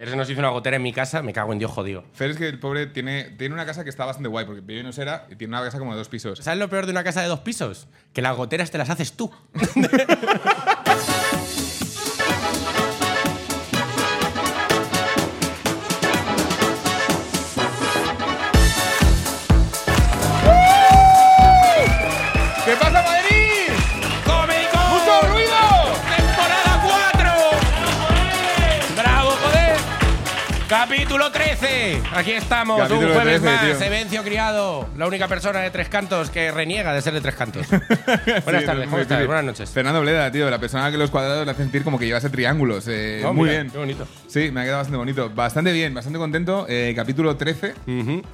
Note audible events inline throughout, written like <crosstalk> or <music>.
Eres nos hizo una gotera en mi casa, me cago en Dios jodido. Fer es que el pobre tiene, tiene una casa que está bastante guay, porque vive en Usera y tiene una casa como de dos pisos. ¿Sabes lo peor de una casa de dos pisos? Que las goteras te las haces tú. ¿Qué pasa, Madrid? ¡Cómico! ¡Mucho ruido! ¡Temporada 4! ¡Bravo, joder! Capítulo 13. Aquí estamos, Capítulo un jueves 13, más. tío. Evencio Criado, la única persona de Tres Cantos que reniega de ser de Tres <laughs> Cantos. Buenas Sí, tardes, es ¿cómo muy estás? difícil. Buenas noches. Fernando Bleda, tío, la persona que los cuadrados le hacen sentir como que llevase triángulos. eh, Oh, muy mira, bien. Qué bonito. Sí, me ha quedado bastante bonito. Bastante bien, bastante contento. Eh, capítulo 13,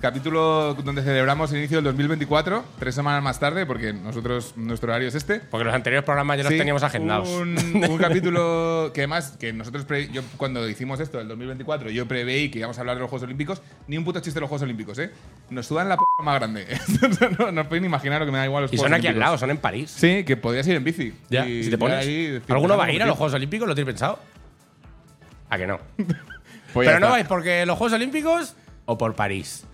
capítulo donde celebramos el inicio del 2024, tres semanas más tarde, porque nosotros, nuestro horario es este. Porque los anteriores programas ya los Sí, teníamos agendados. <laughs> Un, un capítulo que además, que nosotros, pre- yo cuando hicimos esto, el 2024, yo preveí que íbamos a hablar de los Juegos Olímpicos, ni un puto chiste de los Juegos Olímpicos, ¿eh? Nos sudan la p más grande. <laughs> O sea, no, no os podéis ni imaginar lo que me da igual los Y Juegos son aquí al Olímpicos. lado, son en París. Sí, que podrías ir en bici. Ya, Y si te pones. ahí decir, ¿Alguno va "Vamos, a ir a tío". los Juegos Olímpicos? ¿Lo tienes pensado? ¿A que no? Pues ya Pero no está. vais porque los Juegos Olímpicos o por París.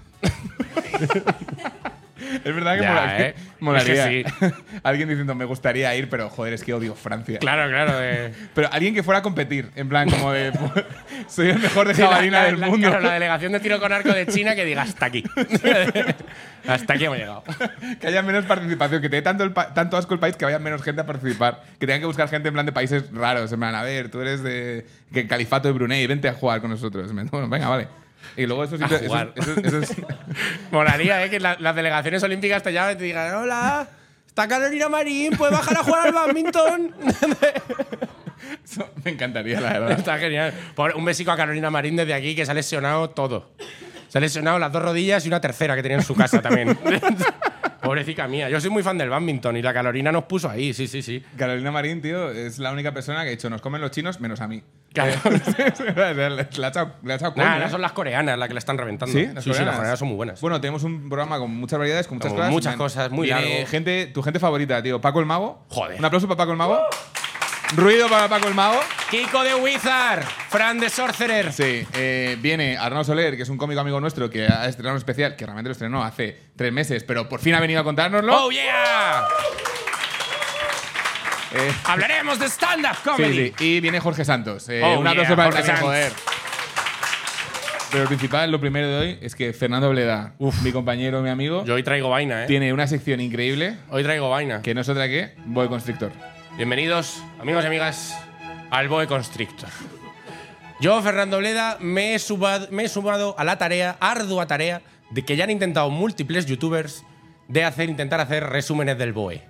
Es verdad que, Ya, <laughs> mola- ¿eh? molaría. Es <laughs> alguien diciendo, me gustaría ir, pero joder, es que odio Francia. Claro, claro. <laughs> eh. Pero alguien que fuera a competir, en plan, como de. <laughs> soy el mejor de Sí, la- jabalina la- del la- mundo. claro, la delegación de tiro con arco de China que diga hasta <laughs> aquí. hasta aquí hemos llegado. que haya menos participación, que te dé tanto, el pa- tanto asco el país que vaya menos gente a participar. Que tengan que buscar gente en plan de países raros. En plan, a ver, tú eres de. que Califato de Brunei, vente a jugar con nosotros. Bueno, venga, vale. Y luego eso, A siempre- eso- jugar. eso- eso es- <laughs> Molaría, ¿eh? Que la- las delegaciones olímpicas te llamen y te digan: Hola, está Carolina Marín, puedes bajar a jugar al badminton. eso me encantaría, la verdad. Está genial. Pobre- un besico a Carolina Marín desde aquí, que se ha lesionado todo. Se ha lesionado las dos rodillas y una tercera que tenía en su casa <laughs> también. Pobrecita mía. Yo soy muy fan del badminton y la Carolina nos puso ahí, sí, sí, sí. Carolina Marín, tío, es la única persona que ha dicho, nos comen los chinos menos a mí. <laughs> Claro. le ha echado, le ha echado coña, Nah, ¿eh? ahora Eh, son las coreanas las que la están reventando. ¿Sí? sí, ¿Las sí, las coreanas? coreanas son muy buenas. Bueno, tenemos un programa con muchas variedades, con muchas Con cosas. muchas Man, cosas, muy viene largo. Gente, tu gente favorita, tío. Paco el Mago. Joder. Un aplauso para Paco el Mago. Ruido para Paco el Mago. Kiko de Wizard, Fran de Sorcerer. Sí, eh, viene Arnau Soler, que es un cómico amigo nuestro que ha estrenado un especial, que realmente lo estrenó hace tres meses, pero por fin ha venido a contárnoslo. ¡Oh, yeah! Eh, Hablaremos de stand-up sí, comedy. sí. Y viene Jorge Santos. Eh, Oh, un aplauso yeah, para él Jorge también, Sanz. joder. Pero lo principal, lo primero de hoy, es que Fernando Bleda, mi compañero, mi amigo, Yo hoy traigo vaina, ¿eh? tiene una sección increíble Hoy traigo vaina. que no es otra que Boy Constrictor. Bienvenidos, amigos y amigas, al Boe Constrictor. Yo, Fernando Bleda, me he, subad- me he sumado a la tarea, ardua tarea, de que ya han intentado múltiples youtubers de hacer, intentar hacer resúmenes del Boe.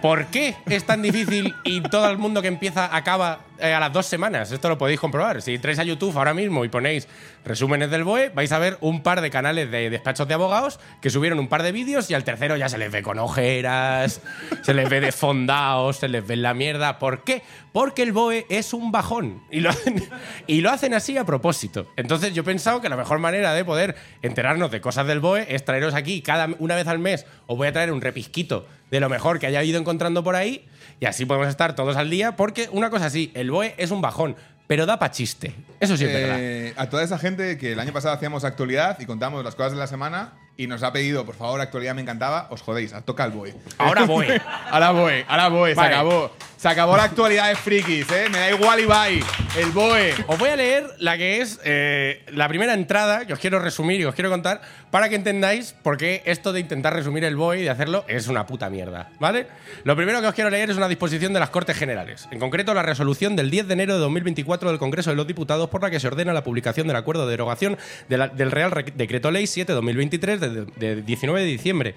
¿Por qué es tan difícil y todo el mundo que empieza acaba eh, a las dos semanas? Esto lo podéis comprobar. Si entráis a YouTube ahora mismo y ponéis resúmenes del BOE, vais a ver un par de canales de despachos de abogados que subieron un par de vídeos y al tercero ya se les ve con ojeras, se les ve desfondados, se les ve en la mierda. ¿Por qué? Porque el BOE es un bajón y lo hacen, y lo hacen así a propósito. Entonces yo he pensado que la mejor manera de poder enterarnos de cosas del BOE es traeros aquí cada una vez al mes. Os voy a traer un repisquito de lo mejor que haya ido encontrando por ahí y así podemos estar todos al día porque una cosa así, el BOE es un bajón, pero da pa' chiste. Eso sí es verdad. Eh, a toda esa gente que el año pasado hacíamos actualidad y contamos las cosas de la semana y nos ha pedido, por favor, actualidad me encantaba, os jodéis, a toca el boy. Ahora BOE. <laughs> Ahora boe, ahora Vale. boe, se acabó. Se acabó la actualidad de frikis, ¿eh? Me da igual Ibai, el boe. Os voy a leer la que es eh, la primera entrada que os quiero resumir y os quiero contar para que entendáis por qué esto de intentar resumir el BOE y de hacerlo es una puta mierda, ¿vale? Lo primero que os quiero leer es una disposición de las Cortes Generales, en concreto la resolución del 10 de enero de 2024 del Congreso de los Diputados por la que se ordena la publicación del acuerdo de derogación de la- del Real Rec- Decreto Ley 7-2023 de, de 19 de diciembre,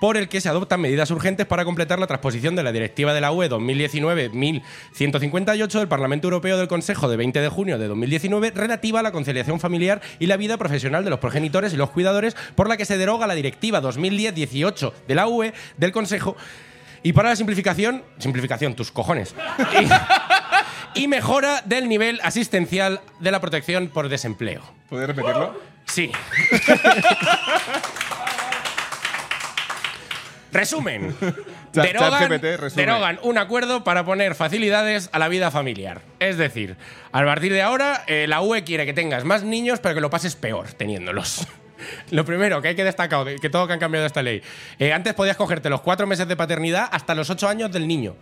por el que se adoptan medidas urgentes para completar la transposición de la Directiva de la UE 2019-1158 del Parlamento Europeo del Consejo de 20 de junio de 2019 relativa a la conciliación familiar y la vida profesional de los progenitores y los cuidadores, por la que se deroga la Directiva 2010-18 de la UE del Consejo. Y para la simplificación, simplificación, tus cojones. <laughs> Y, y mejora del nivel asistencial de la protección por desempleo. ¿Puedes repetirlo? Sí. <laughs> Resumen. Chat- derogan, ChatGPT, resumen. derogan un acuerdo para poner facilidades a la vida familiar. Es decir, a partir de ahora, eh, la UE quiere que tengas más niños, pero que lo pases peor teniéndolos. <laughs> Lo primero que hay que destacar, que- que todo que han cambiado esta ley. Eh, antes podías cogerte los cuatro meses de paternidad hasta los ocho años del niño.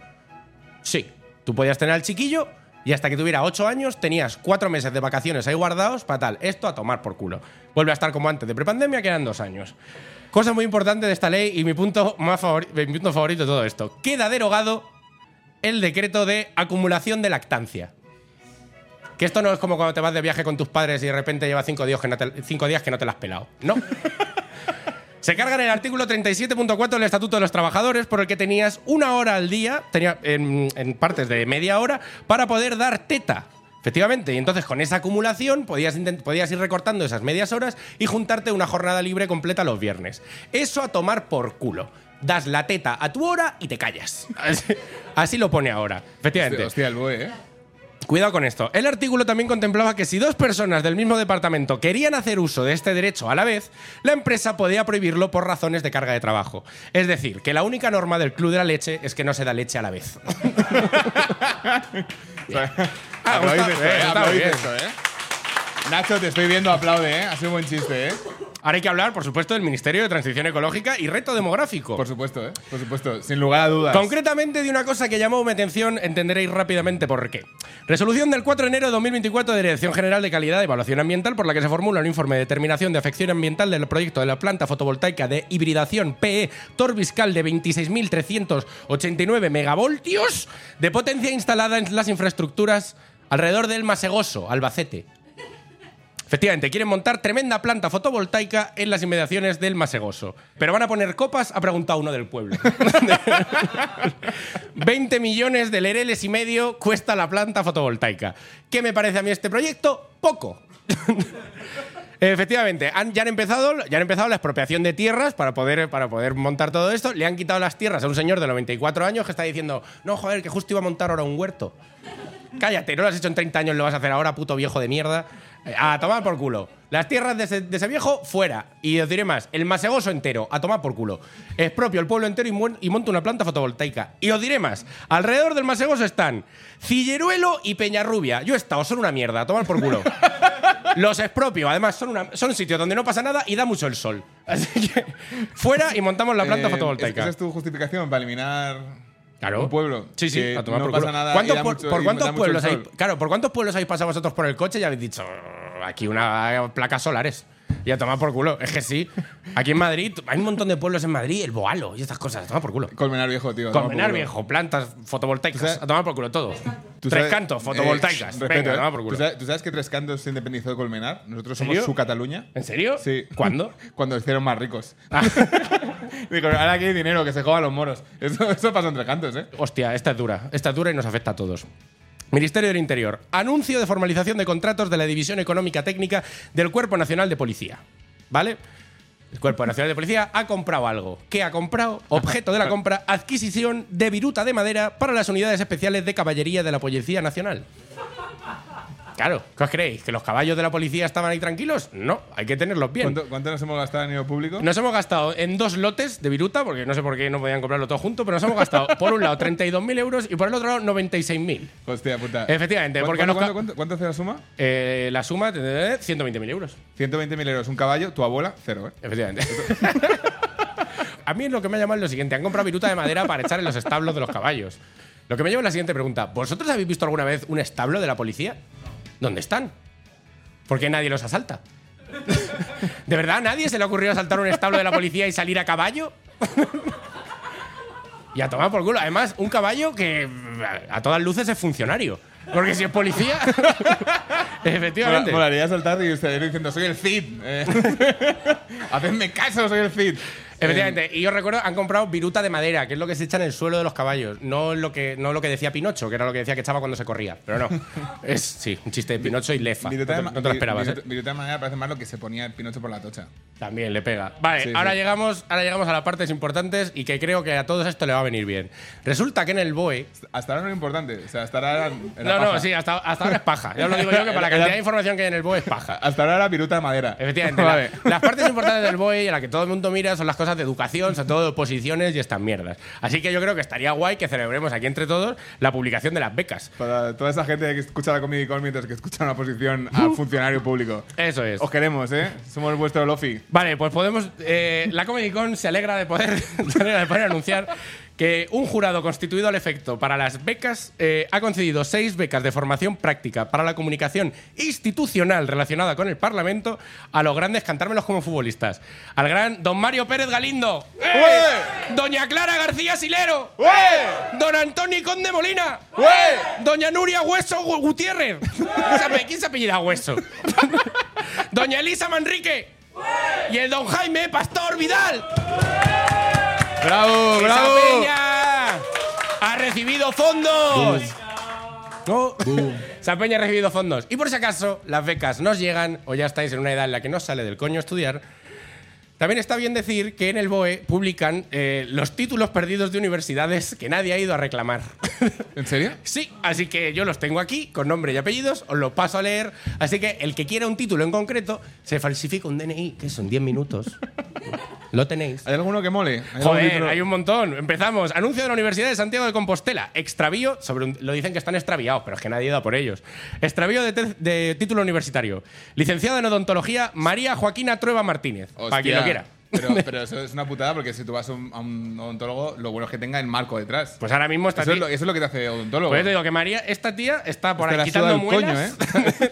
Sí, tú podías tener al chiquillo y hasta que tuviera 8 años tenías 4 meses de vacaciones ahí guardados para tal. Esto a tomar por culo. Vuelve a estar como antes de prepandemia, que eran 2 años. Cosa muy importante de esta ley y mi punto, más favori- mi punto favorito de todo esto. Queda derogado el decreto de acumulación de lactancia. Que esto no es como cuando te vas de viaje con tus padres y de repente llevas 5 días, que no te- cinco días que no te las has pelado. No. Se carga en el artículo 37.4 del Estatuto de los Trabajadores, por el que tenías una hora al día, tenía en, en partes de media hora, para poder dar teta. Efectivamente, y entonces con esa acumulación podías, intent- podías ir recortando esas medias horas y juntarte una jornada libre completa los viernes. Eso a tomar por culo. Das la teta a tu hora y te callas. Así, así lo pone ahora. Efectivamente. Hostia, Ah, hostia, el BOE, ¿eh? Cuidado con esto. El artículo también contemplaba que si dos personas del mismo departamento querían hacer uso de este derecho a la vez, la empresa podía prohibirlo por razones de carga de trabajo. Es decir, que la única norma del Club de la Leche es que no se da leche a la <laughs> vez. Ah, Aplaudid Gustavo, esto, eh, eh, está aplaudid bien. esto, eh. Nacho, te estoy viendo, aplaude, ¿eh? Ha sido un buen chiste, ¿eh? Ahora hay que hablar, por supuesto, del Ministerio de Transición Ecológica y Reto Demográfico. Por supuesto, ¿eh? Por supuesto, sin lugar a dudas. Concretamente de una cosa que llamó mi atención, entenderéis rápidamente por qué. Resolución del 4 de enero de 2024 de Dirección General de Calidad de Evaluación Ambiental, por la que se formula un informe de determinación de afección ambiental del proyecto de la planta fotovoltaica de hibridación PE Torbiscal de 26.389 megavoltios de potencia instalada en las infraestructuras alrededor del Masegoso, Albacete. Efectivamente, quieren montar tremenda planta fotovoltaica en las inmediaciones del Masegoso. Pero van a poner copas, ha preguntado uno del pueblo. 20 millones de lereles y medio cuesta la planta fotovoltaica. ¿Qué me parece a mí este proyecto? Poco. <laughs> Efectivamente, han- ya, han empezado, ya han empezado la expropiación de tierras para poder, para poder montar todo esto. Le han quitado las tierras a un señor de 94 años que está diciendo, no, joder, que justo iba a montar ahora un huerto. Cállate, no lo has hecho en 30 años, lo vas a hacer ahora, puto viejo de mierda. Eh, A tomar por culo. Las tierras de ese, de ese viejo, fuera. Y os diré más, el masegoso entero, a tomar por culo. Es propio el pueblo entero y, muer- y monta una planta fotovoltaica. Y os diré más, alrededor del masegoso están Cilleruelo y Peñarrubia. Yo he estado, son una mierda, a tomar por <laughs> culo. Los expropio, además son, una- son sitios donde no pasa nada y da mucho el sol. Así que fuera y montamos la planta Eh, fotovoltaica. ¿Esa es tu justificación para eliminar Claro. un pueblo? Sí, sí, Que a tomar no por pasa culo. nada. y ¿Cuántos da puebl- mucho- ¿Por y da cuántos mucho pueblos el hay? sol? Claro, ¿por cuántos pueblos habéis pasado vosotros por el coche y habéis dicho aquí una placa solar es? Y a tomar por culo. Es que sí. Aquí en Madrid hay un montón de pueblos en Madrid, el Boalo y estas cosas. A tomar por culo. Colmenar viejo, tío. toma por Colmenar culo. viejo, plantas fotovoltaicas. Tú sabes- a tomar por culo todo. ¿Tú Tres sabes- cantos, eh, <laughs> fotovoltaicas. respeto, Venga, a ¿eh? tomar por ¿Tú culo. sabes, tú sabes que Tres Cantos se independizó de Colmenar? Nosotros somos serio? su Cataluña. ¿En serio? Sí. ¿Cuándo? <laughs> Cuando se hicieron más ricos. Digo, ahora aquí hay dinero, que se jodan los moros. Eso, eso pasa entre cantos, ¿eh? Hostia, esta es dura. Esta es dura y nos afecta a todos. Ministerio del Interior. Anuncio de formalización de contratos de la División Económica Técnica del Cuerpo Nacional de Policía. ¿Vale? El Cuerpo Nacional de Policía ha comprado algo. ¿Qué ha comprado? Objeto de la compra, adquisición de viruta de madera para las unidades especiales de caballería de la Policía Nacional. Claro, ¿qué os creéis? ¿Que los caballos de la policía estaban ahí tranquilos? No, hay que tenerlos bien. ¿Cuánto, cuánto nos hemos gastado en dinero público? Nos hemos gastado en dos lotes de viruta, porque no sé por qué no podían comprarlo todo junto, pero nos hemos gastado por un lado 32.000 euros y por el otro lado 96.000. Hostia puta. Efectivamente, ¿Cuánto- porque nos ¿Cuánto, ca- cuánto, cuánto hace la suma? Eh, la suma, eh, 120.000 euros. 120.000 euros. Un caballo, tu abuela, cero, ¿eh? Efectivamente. <laughs> A mí lo que me ha llamado es lo siguiente: han comprado viruta de madera para echar en los establos de los caballos. Lo que me lleva a la siguiente pregunta: ¿vosotros habéis visto alguna vez un establo de la policía? ¿Dónde están? ¿Por qué nadie los asalta? <laughs> ¿De verdad ¿a nadie se le ha ocurrido asaltar un establo de la policía y salir a caballo? <laughs> y a tomar por culo. Además, un caballo que a todas luces es funcionario. Porque si es policía. <laughs> Mola- efectivamente. Molaría saltar y usted ir diciendo, soy el Cid. eh. <laughs> Hacedme caso, soy el Eh, Cid. Efectivamente, y yo recuerdo, han comprado viruta de madera, que es lo que se echa en el suelo de los caballos. No lo que, no lo que decía Pinocho, que era lo que decía que echaba cuando se corría. Pero no. es, sí, un chiste de Pinocho y lefa. No Viruta te, de no ma- te lo esperabas, viruta- ¿eh? viruta de manera parece más lo que se ponía el Pinocho por la tocha. También le pega. Vale, Sí, ahora, sí. Llegamos, ahora llegamos a las partes importantes y que creo que a todo esto le va a venir bien. Resulta que en el BOE. Hasta ahora no era importante. O sea, hasta ahora era, era No, no, paja. sí, hasta, hasta ahora es paja. Ya os lo digo yo <laughs> que para la Era- cantidad de información que hay en el BOE es paja. Hasta ahora era viruta de madera. <laughs> Efectivamente. Vale. la- las partes importantes del BOE y a la que todo el mundo mira son las cosas cosas de educación, sobre todo de oposiciones y estas mierdas. Así que yo creo que estaría guay que celebremos aquí entre todos la publicación de las becas. Para toda esa gente que escucha la Comedy Con mientras que escucha una posición Uh. a funcionario público. Eso es. Os queremos, ¿eh? Somos vuestro Lofi. Vale, pues podemos. eh, la Comedy Con se alegra de poder, <laughs> se alegra de poder anunciar que un jurado constituido al efecto para las becas eh, ha concedido seis becas de formación práctica para la comunicación institucional relacionada con el Parlamento a los grandes cantármelos como futbolistas. Al gran don Mario Pérez Galindo. ¡Eh! Doña Clara García Silero. ¡Eh! Don Antonio Conde Molina. ¡Eh! Doña Nuria Hueso Gu- Gutiérrez. ¿Quién se ape- ¿Quién se apellida Hueso? <laughs> Doña Elisa Manrique. Y el don Jaime Pastor Vidal. ¡Bravo, ¡Esa bravo! peña ha recibido fondos! <laughs> Oh. Esa peña ha recibido fondos. Y por si acaso las becas nos llegan o ya estáis en una edad en la que no os sale del coño estudiar, también está bien decir que en el BOE publican eh, los títulos perdidos de universidades que nadie ha ido a reclamar. <laughs> ¿En serio? Sí, así que yo los tengo aquí con nombre y apellidos, os los paso a leer. Así que el que quiera un título en concreto se falsifica un DNI, que son 10 minutos. Lo tenéis. ¿Hay alguno que mole? ¿Hay algún Joder, título? hay un montón. Empezamos. Anuncio de la Universidad de Santiago de Compostela. Extravío sobre un- lo dicen que están extraviados, pero es que nadie da por ellos. Extravío de, te- de título universitario. Licenciada en odontología María Joaquina Trueba Martínez. Para quien Hostia. lo quiera. <laughs> Pero, pero eso es una putada porque si tú vas a un, a un odontólogo, lo bueno es que tenga el marco detrás. Pues ahora mismo está eso, es lo, eso es lo que te hace odontólogo. Pues yo te digo que María, esta tía está por Te la ahí quitando suda el ¿eh? muelas.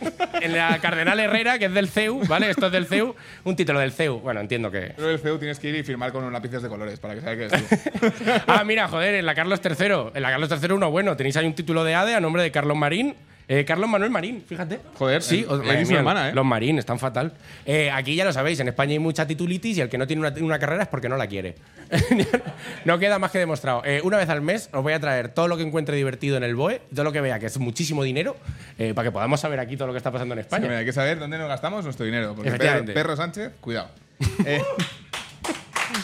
<laughs> en la Cardenal Herrera, que es del CEU, ¿vale? Esto es del CEU. Un título del CEU. Bueno, entiendo que. Pero el CEU tienes que ir y firmar con un lápices de colores para que sabes que <laughs> eres tú. Ah, mira, joder, en la Carlos III. En la Carlos III, uno bueno. Tenéis ahí un título de ADE a nombre de Carlos Marín. Eh, Carlos Manuel Marín, fíjate. Joder, sí, eh, os- eh, madre es mi mía, hermana, ¿eh? Los Marín están fatal. Eh, aquí ya lo sabéis, en España hay mucha titulitis y el que no tiene una, una carrera es porque no la quiere. <laughs> no queda más que demostrado. Eh, una vez al mes os voy a traer todo lo que encuentre divertido en el BOE, todo lo que vea que es muchísimo dinero, eh, para que podamos saber aquí todo lo que está pasando en Sí, España. mira, hay que saber dónde nos gastamos nuestro dinero. Porque Pedro, Efectivamente. Perro Sánchez, <laughs> cuidado. Eh,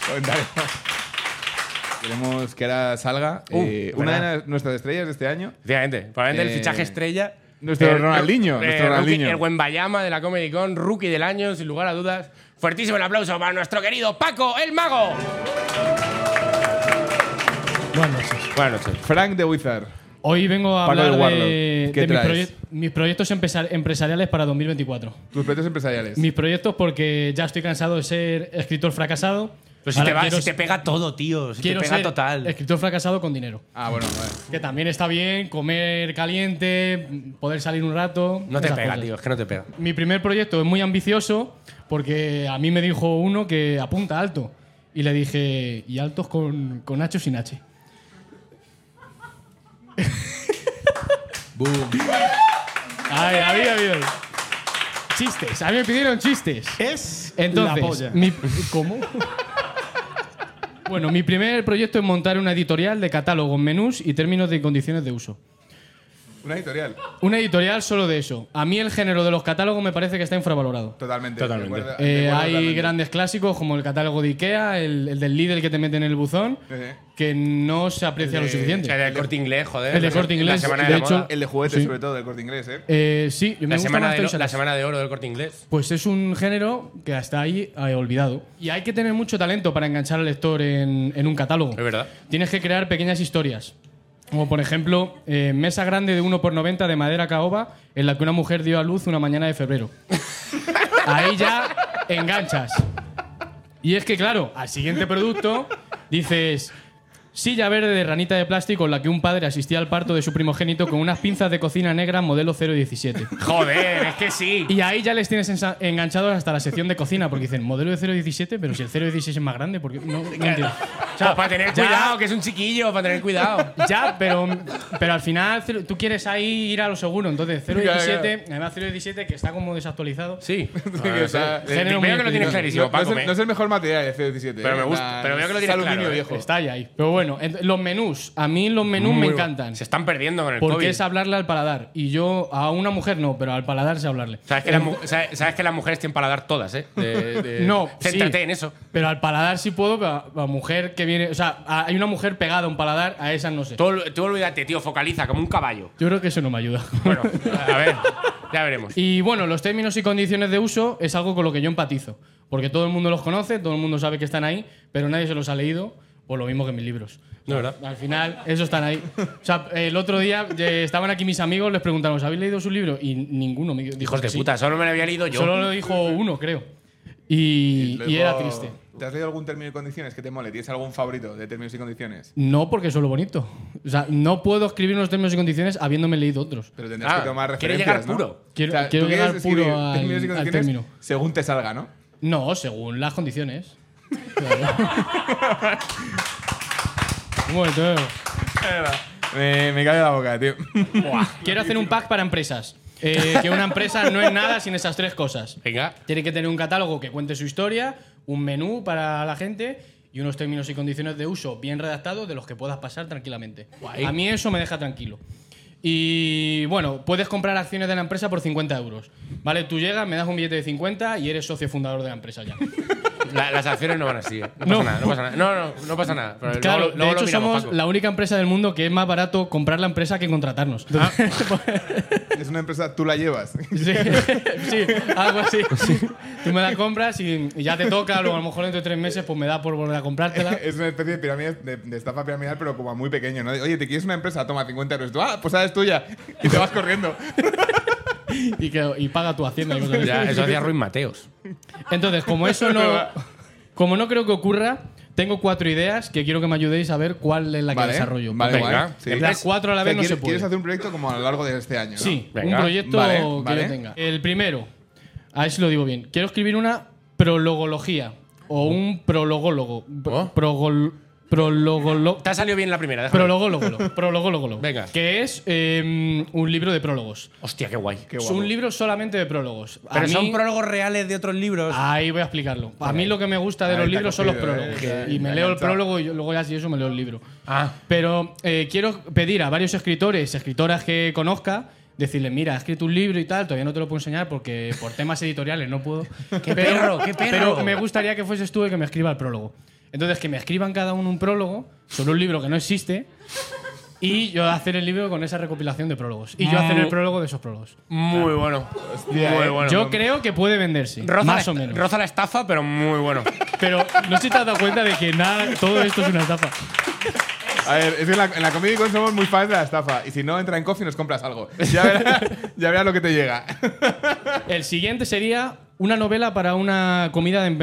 comentario. Queremos que ahora salga Uh, eh, una verdad. de nas- nuestras estrellas de este año. Efectivamente, probablemente Eh, el fichaje estrella. nuestro Ronaldinho, nuestro rookie- Ronaldinho. El Wembayama de la Comedy Con, rookie del año, sin lugar a dudas. Fuertísimo el aplauso para nuestro querido Paco, el mago. Buenas noches. Buenas noches. Frank de Wizard. Hoy vengo a Paco hablar del Guardo, de, ¿qué de mis, traes? proye- mis proyectos empeza- empresariales para 2024. Tus proyectos empresariales. Mis proyectos porque ya estoy cansado de ser escritor fracasado. Pero si Ahora te, va- quiero- si te pega todo, tío. Si te quiero pega ser total. Escritor fracasado con dinero. Ah, bueno, vale. Que también está bien comer caliente, poder salir un rato. No te esas pega, cosas. tío. Es que no te pega. Mi primer proyecto es muy ambicioso porque a mí me dijo uno que apunta alto. Y le dije, ¿y altos con, con H o sin H? Ay, había, había. Chistes, a mí me pidieron chistes. Es Entonces, la polla. mi- ¿cómo? bueno, mi primer proyecto es montar una editorial de catálogos, menús y términos de condiciones de uso. Una editorial. Una editorial solo de eso. A mí el género de los catálogos me parece que está infravalorado. Totalmente. Totalmente. de acuerdo- Eh, de acuerdo hay totalmente. grandes clásicos como el catálogo de Ikea, el, el del líder que te mete en el buzón, Ejé. que no se aprecia lo O sea, suficiente. el del corte inglés, joder. El del La se- Corte Inglés, La semana de, la de hecho- moda. El de juguetes, Sí. sobre todo, del corte inglés, ¿eh? Eh, sí, me La gusta semana más de lo- Toys R la Us. semana de oro del corte inglés. Pues es un género que hasta ahí he olvidado. Y hay que tener mucho talento para enganchar al lector en, en un catálogo. Es <laughs> verdad. Tienes que crear pequeñas historias. Como por ejemplo, eh, mesa grande de 1x90 de madera caoba en la que una mujer dio a luz una mañana de febrero. Ahí ya enganchas. Y es que, claro, al siguiente producto dices. Silla verde de ranita de plástico en la que un padre asistía al parto de su primogénito con unas pinzas de cocina negra modelo 017. Joder, es que sí. Y ahí ya les tienes ensa- enganchados hasta la sección de cocina, porque dicen modelo de 017, pero si el 016 es más grande, porque no, no entiendo. O sea, Pues para tener ya- cuidado, que es un chiquillo, para tener cuidado. Ya, pero, pero al final cero- tú quieres ahí ir a lo seguro, entonces 017, además 017 que está como desactualizado. <laughs> Sí. que está- Veo Género que muy lo tienes increíble. clarísimo, no, no es Paco. el, me- no es el mejor material, el C17. Pero me eh, gusta- la- pero veo que lo tienes es aluminio claro, eh. viejo. Está ya ahí. Pero bueno, ent- los menús, a mí los menús Muy me bueno. encantan. Se están perdiendo con el COVID. Porque es hablarle al paladar. Y yo a una mujer no, pero al paladar sé hablarle. ¿Sabes que, las mu- sabes- sabes que las mujeres tienen para dar todas, ¿eh? De- de- <laughs> No, Céntrate sí. en eso. Pero al paladar sí puedo, pero a la mujer que viene. O sea, a- hay una mujer pegada a un paladar, a esa no sé. Tú, ol- tú olvídate, tío, focaliza como un caballo. Yo creo que eso no me ayuda. Bueno, a ver. Ya veremos. Y bueno, los términos y condiciones de uso es algo con lo que yo empatizo, porque todo el mundo los conoce, todo el mundo sabe que están ahí, pero nadie se los ha leído, por lo mismo que mis libros. No, ¿verdad? Al final, eso están ahí. O sea, el otro día eh, estaban aquí mis amigos, les preguntaron, ¿habéis leído su libro? Y ninguno me dijo. Hijos que de sí. puta, solo me lo había leído yo. Solo lo dijo uno, creo. Y, y Luego, era triste. ¿Te has leído algún término y condiciones que te mole? ¿Tienes algún favorito de términos y condiciones? No porque es lo bonito. O sea, no puedo escribir unos términos y condiciones habiéndome leído otros. Pero tendrás Ah, que tomar quiere llegar referencias, ¿no? puro. Quiero- O sea, quiero tú quieres llegar puro escribir al- términos y al condiciones término. Según te salga, ¿no? No, según las condiciones. Un momento. eh. Me, me cae la boca, tío. <laughs> Quiero hacer un pack para empresas. Eh, que una empresa no es nada sin esas tres cosas. Venga. Tiene que tener un catálogo que cuente su historia, un menú para la gente y unos términos y condiciones de uso bien redactados de los que puedas pasar tranquilamente. Guay. A mí eso me deja tranquilo. Y bueno, puedes comprar acciones de la empresa por 50 euros. ¿Vale? Tú llegas, me das un billete de 50 y eres socio fundador de la empresa ya. La- las acciones no van así. eh. No, pasa No. nada, no pasa nada. No, no, no pasa nada. Pero Claro, luego, luego de lo hecho miramos, somos Paco. la única empresa del mundo que es más barato comprar la empresa que contratarnos. Ah. Es una empresa, tú la llevas. <laughs> Sí, sí, algo así. Tú me la compras y, y ya te toca, luego a lo mejor dentro de tres meses pues me da por volver a comprártela. <laughs> Es una especie de pirámide, de, de estafa piramidal, pero como a muy pequeño, ¿no? De, Oye, ¿te quieres una empresa? Toma 50 euros. Tú, ah, pues sabes tuya. Y te vas corriendo. y, que, y paga tu hacienda. y cosas así. Ya, eso <laughs> hacía Ruiz Mateos. Entonces, como eso no, <laughs> como no creo que ocurra, tengo cuatro ideas que quiero que me ayudéis a ver cuál es la que desarrollo. Vale, Venga. guay. En plan, cuatro a la vez no ¿quieres, se puede. Quieres hacer un proyecto como a lo largo de este año, ¿no? sí, Venga. un proyecto Vale, que vale. yo tenga. El primero, a ver si lo digo bien. Quiero escribir una prologología o un prologólogo. Oh. Pro- progol- prologolo- Te ha salido bien la primera. déjame. Prologólogo. Prologólogo. Venga. Que es eh, un libro de prólogos. Hostia, qué guay. Qué es guapo. un libro solamente de prólogos. A Pero son mí- prólogos reales de otros libros. Ahí voy a explicarlo. A mí lo que me gusta de Ahí los te ha libros son los cogido, ¿eh? prólogos. Que- Y me me ha leo el enganchado. prólogo y yo- luego ya si eso me leo el libro. Ah. Pero eh, quiero pedir a varios escritores, escritoras que conozca, decirles, mira, he escrito un libro y tal, todavía no te lo puedo enseñar porque por temas editoriales no puedo. <laughs> ¡Qué perro, qué perro! Pero me gustaría que fueses tú el que me escriba el prólogo. Entonces, que me escriban cada uno un prólogo sobre un libro que no existe y yo hacer el libro con esa recopilación de prólogos. Y yo hacer el prólogo de esos prólogos. Muy bueno. muy eh. bueno. Yo creo que puede venderse, Roza más la- o menos. Roza la estafa, pero muy bueno. Pero no sé si te has dado cuenta de que nada, todo esto es una estafa. A ver, es que en la, en la Comedy Con somos muy fans de la estafa. Y si no, entra en Coffee y nos compras algo. <laughs> Ya verás, ya verás lo que te llega. El siguiente sería una novela para una comida de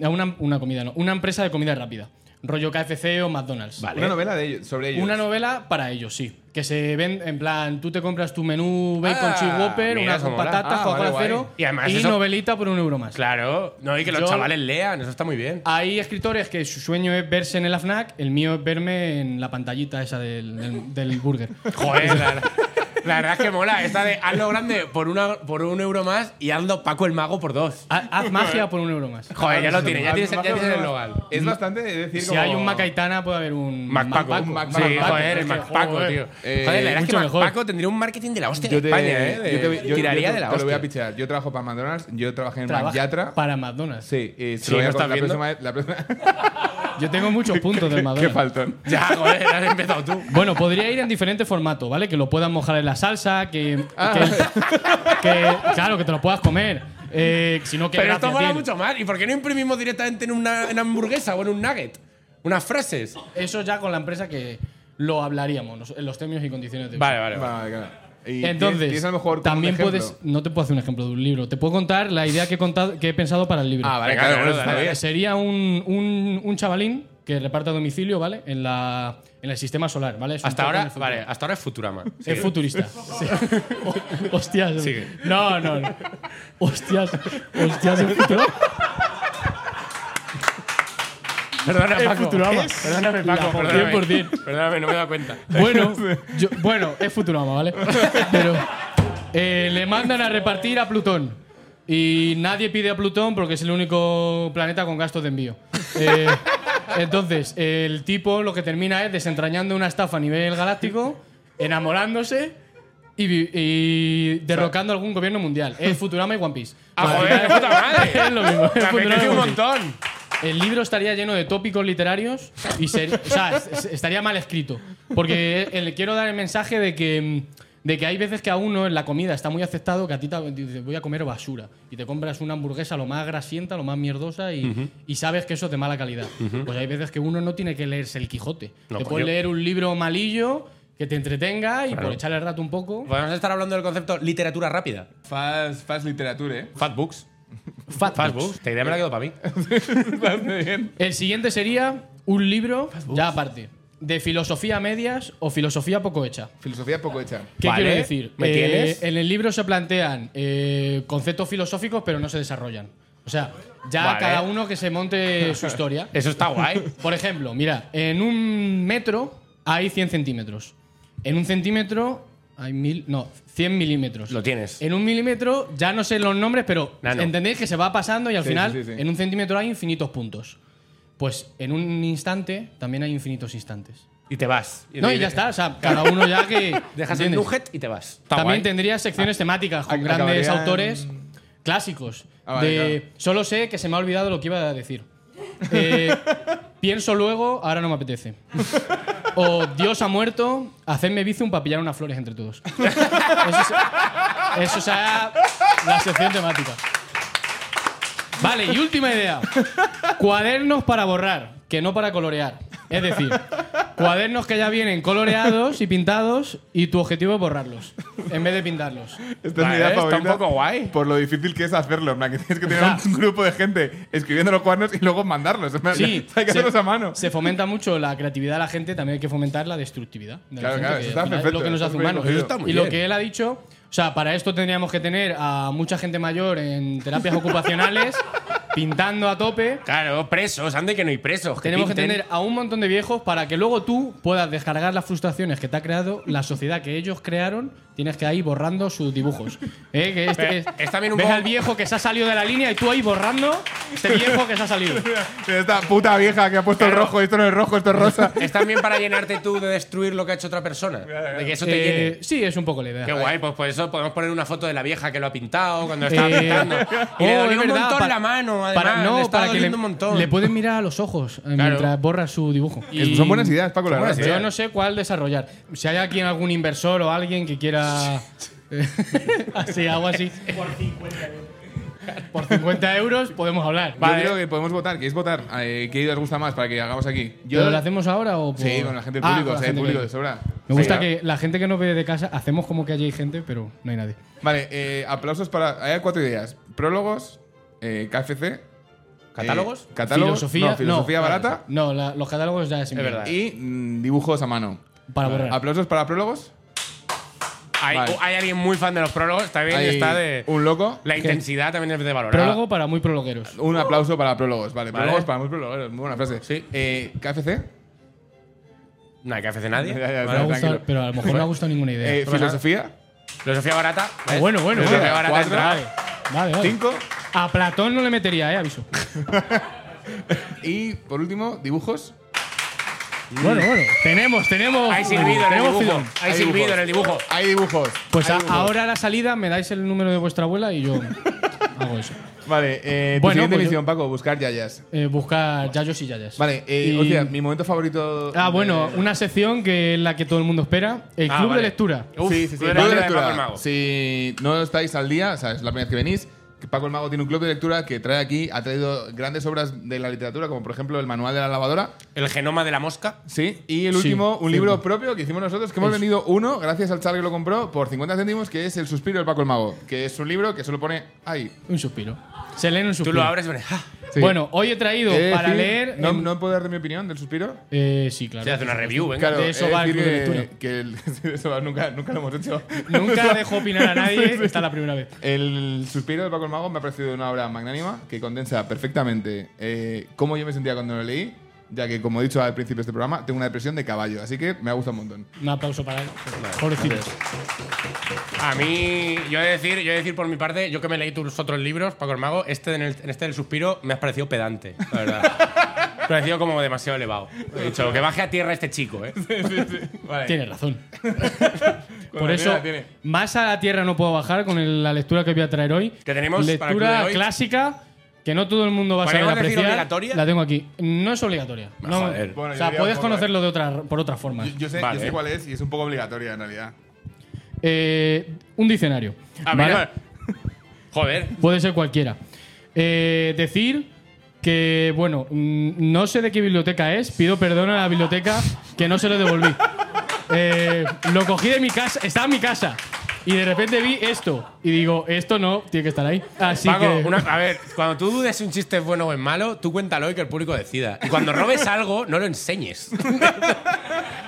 eh, una, una comida no, una empresa de comida rápida, rollo KFC o McDonald's. Una novela de ellos, sobre ellos. Una novela para ellos, sí. Que se ven en plan, tú te compras tu menú bacon Ah, cheese whopper, mira, una eso con mola. patatas, Ah, vale, Coca-Cola guay. cero Y además y eso- novelita por un euro más. Claro. No, y que los Yo- chavales lean, eso está muy <laughs> bien. Hay escritores que su sueño es verse en el AFNAC, el mío es verme en la pantallita esa del, del- del burger. Joder, <laughs> la, la verdad es que mola. Esta de hazlo grande por, una, por un euro más y hazlo Paco el Mago por dos. Haz- <laughs> Haz magia por un euro más. Ah, Joder, ya lo tienes, ya Además, tienes, ya tienes el logal. Es bastante de decir Si como- hay un Macaitana, puede haber un Macpaco. un Mac- Sí, Macpaco, joder, el es que, Macpaco, joder. tío. Eh, joder, la verdad es que mucho mejor. Macpaco tendría un marketing de la hostia de Yo te, España, ¿eh? yo te- De- yo- yo tiraría te- de la te lo voy hostia. a pichar. Yo trabajo para McDonald's, yo trabajé en Trabaja McYatra. para McDonald's. Sí, Sí, y se lo voy ¿no a estás contar la viendo? próxima vez- la próxima- Yo tengo muchos puntos <laughs> del Qué McDonald's. faltón. <laughs> Ya, joder, has empezado tú. bueno, podría ir en diferentes formatos, ¿vale? Que lo puedas mojar en la salsa, que, Ah. que- que- claro, que te lo puedas comer. Eh, si no, que Pero esto gracia mola tiene. mucho más. ¿Y por qué no imprimimos directamente en una en hamburguesa o en un nugget? Unas frases. Eso ya con la empresa que lo hablaríamos nos- en los términos y condiciones de uso. Vale, vale. vale. Vale, claro. Y tienes- Entonces, tienes a lo mejor como también un ejemplo. puedes. No te puedo hacer un ejemplo de un libro. Te puedo contar la idea que he, contado, que he pensado para el libro. Ah, vale, Venga, claro, claro, bueno, dale, está dale. bien. Eh, Sería un, un, un chavalín que reparte a domicilio, ¿vale? En, la, en el sistema solar, ¿vale? Es un Hasta poco en ahora, el futuro. vale, hasta ahora es Futurama. <laughs> Es futurista. O- <laughs> hostias. Sigue. No, no, no. Hostias. Hostias, es Futurama. Perdona, Es Paco. Futurama. Perdóname, Paco. La- Perdóname. 100%. Perdóname, no me he dado <laughs> cuenta. <laughs> Bueno, yo- bueno, es Futurama, ¿vale? Pero eh, le mandan a repartir a Plutón. Y nadie pide a Plutón porque es el único planeta con gastos de envío. Eh, entonces, el tipo lo que termina es desentrañando una estafa a nivel galáctico, enamorándose y, vi- y derrocando algún gobierno mundial. Es Futurama y One Piece. ¡Ah, Al joder, final- puta madre! <laughs> Es lo mismo. es Me Futurama y apetece un One Piece. montón. El libro estaría lleno de tópicos literarios y ser- o sea, es- es- estaría mal escrito. Porque eh, le quiero dar el mensaje de que, mm, de que hay veces que a uno en la comida está muy aceptado que a ti te dices, voy a comer basura y te compras una hamburguesa lo más grasienta, lo más mierdosa y, y sabes que eso es de mala calidad. Pues hay veces que uno no tiene que leerse el Quijote. No, te puedes coño. leer un libro malillo que te entretenga y por echarle el rato un poco. Podemos estar hablando del concepto literatura rápida. Fast, fast literatura, ¿eh? Fat books. Fat Fat books. books. Esta idea me la quedo para mí. Bastante bien. El siguiente sería un libro, ya aparte, de filosofía a medias o filosofía poco hecha. Filosofía poco hecha. ¿Qué Vale, quiero decir? ¿me Eh, tienes? en el libro se plantean eh, conceptos filosóficos, pero no se desarrollan. O sea, ya Vale. cada uno que se monte su historia. <laughs> Eso está guay. Por ejemplo, mira, en un metro hay 100 centímetros. En un centímetro hay mil. No, 100 milímetros. Lo tienes. Ah, En un milímetro, ya no sé los nombres, pero Nano. entendéis que se va pasando y al Sí, final, sí, sí, sí. en un centímetro hay infinitos puntos. Pues en un instante también hay infinitos instantes. Y te vas. No, y ya está. O sea, cada uno ya que. <laughs> Dejas el ¿entiendes? nugget y te vas. Está También guay. tendría secciones temáticas con ac- grandes acabarían- autores clásicos. Mm. Ah, vale, de claro. solo sé que se me ha olvidado lo que iba a decir. <laughs> Eh, pienso luego, ahora no me apetece. O Dios ha muerto, hacedme bizum para pillar unas flores entre todos. Eso, es- eso sea la sección temática. Vale, y última idea. Cuadernos para borrar, que no para colorear. Es decir, cuadernos que ya vienen coloreados y pintados y tu objetivo es borrarlos, en vez de pintarlos. Esta es Vale, mi idea ¿eh? está favorita. un poco guay. Por lo difícil que es hacerlo, en plan, que tienes que tener un grupo de gente escribiendo los cuadernos y luego mandarlos. En plan, Sí, <laughs> hay que se- hacerlos a mano. Se fomenta mucho la creatividad de la gente, también hay que fomentar la destructividad. de la Claro, gente, claro, eso que está al final es perfecto, lo que nos está hace muy bien humanos. cogido. Eso está muy Y lo bien. que él ha dicho, o sea, para esto tendríamos que tener a mucha gente mayor en <laughs> terapias ocupacionales, pintando a tope. Claro, presos. Ande que no hay presos. Tenemos que pinten. tener a un montón de viejos para que luego tú puedas descargar las frustraciones que te ha creado la sociedad que ellos crearon. Tienes que ahí borrando sus <laughs> dibujos. ¿Eh? Que este, Pero es también un ves poco- al viejo que se ha salido de la línea y tú ahí borrando este viejo que se ha salido. Esta puta vieja que ha puesto el Claro. rojo, esto no es rojo, esto <laughs> es rosa. Es también para llenarte tú de destruir lo que ha hecho otra persona. De que eso te Eh, llene. sí, es un poco la idea. Qué guay, pues por eso podemos poner una foto de la vieja que lo ha pintado cuando estaba Eh, <laughs> <laughs> pintando. Y le oh, dolió es un verdad, montón para- la mano, además. para- no, le estaba para que le, doliendo un montón. le pueden mirar a los ojos eh, Claro. mientras borra su dibujo. Es- Son buenas ideas, Paco, la Son buenas verdad. ¿eh? ideas. Yo no sé cuál desarrollar. Si hay aquí algún inversor o alguien que quiera. <laughs> así, algo así. Por 50 euros. Por 50 euros podemos hablar. Yo creo que podemos votar. ¿Queréis votar? Eh, ¿Qué idea os gusta más para que hagamos aquí? ¿Pero lo hacemos ahora o por- Sí, con la gente del Ah, público, con la o sea, el gente público que- de sobra. Me gusta Sí, que la gente que nos ve de casa hacemos como que allí hay gente, pero no hay nadie. Vale, eh, aplausos para. Hay cuatro ideas: prólogos, eh, KFC. ¿Catálogos? eh, catálogos. filosofía, no, filosofía no, barata. No, la- los catálogos ya es, verdad. Y mm, dibujos a mano. Para borrar. Aplausos para prólogos. hay, Vale. hay alguien muy fan de los prólogos, también Hay está de. Un loco. La intensidad también es de valorar. Prólogo para muy prologueros. Un aplauso para prólogos. Vale, Vale. prólogos para muy prólogos. Muy buena frase. Sí. Eh, KFC. No hay que hacer nadie. Ya, ya, Me ya, ha gustado, tranquilo. pero a lo mejor no me ha gustado ninguna idea. Ah, Eh, filosofía. Filosofía barata. ¿ves? bueno, bueno, Filosofía bueno. barata Cuatro. entra. Vale, vale, vale. Cinco. Mm. A Platón no le metería, eh, aviso. Y por último, dibujos. bueno, bueno. Tenemos, tenemos. Hay silbido en el tenemos dibujo. filón. Hay Hay silbido dibujos. en el dibujo. Hay dibujos. Pues Hay a- dibujos. ahora a la salida me dais el número de vuestra abuela y yo <laughs> hago eso. Vale, eh, tu Bueno, siguiente pues yo- misión, Paco, buscar yayas. Eh, buscar yayos y yayas. Vale, eh, Y- hostia, mi momento favorito. Ah, bueno, de- una sección que es la que todo el mundo espera. El Ah, club vale. de lectura. Uf, sí, sí, sí. club de Club lectura de de Paco el lectura. Mago. Si no estáis al día, o sea, es la primera vez que venís, que Paco el Mago tiene un club de lectura que trae aquí, ha traído grandes obras de la literatura, como por ejemplo el Manual de la Lavadora. El genoma de la mosca. Sí, y el Sí, último, un cierto. libro propio que hicimos nosotros, que hemos Es- vendido uno, gracias al Charlie que lo compró, por 50 céntimos, que es El Suspiro del Paco el Mago, que es un libro que solo pone ahí. Un suspiro. Se leen un Tú suspiro. lo abres y pones, ¡ah! Sí. Bueno, hoy he traído He de para decir, leer. ¿No, em, no puedo dar de mi opinión del Suspiro? eh, sí, claro. Se hace una review, venga. Claro, de eso he va el decir club de que- lectura. que el- <laughs> de eso va, nunca, nunca lo hemos hecho. <laughs> <laughs> Nunca dejo opinar a nadie. Esta es la primera vez. El suspiro de Paco el Mago me ha parecido una obra magnánima que condensa perfectamente eh, cómo yo me sentía cuando lo leí, ya que, como he dicho al principio de este programa, tengo una depresión de caballo, así que me ha gustado un montón. Un aplauso para él. Pobrecitos. A mí, yo he de decir, yo he de decir por mi parte, yo que me leí tus otros libros, Paco el Mago, este en, el- en este del suspiro me has parecido pedante, la verdad. Me ha parecido como demasiado elevado. He dicho, que baje a tierra este chico, ¿eh? <laughs> Tienes razón. Con Por la eso, mierda tiene. más a la tierra no puedo bajar con el- la lectura que voy a traer hoy. Que tenemos para el club lectura de hoy. clásica que no todo el mundo va a saber ¿Podríamos decir apreciar. obligatoria? La tengo aquí. No es obligatoria. Ah, No, joder. Bueno, o yo sea, diría un puedes poco, Ah, conocerlo de otra, por otra forma. Yo, yo sé, yo Vale. sé cuál es y es un poco obligatoria en realidad. Eh, un diccionario. A ¿vale? ver, Joder. Puede ser cualquiera. Eh, decir que, bueno, mm, no sé de qué biblioteca es, pido perdón a la biblioteca que no se lo devolví. Eh, lo cogí de mi casa, estaba en mi casa. Y de repente vi esto. Y digo, esto no, tiene que estar ahí. Así Paco, que. una- a ver, cuando tú dudes si un chiste es bueno o es malo, tú cuéntalo y que el público decida. Y cuando robes algo, no lo enseñes.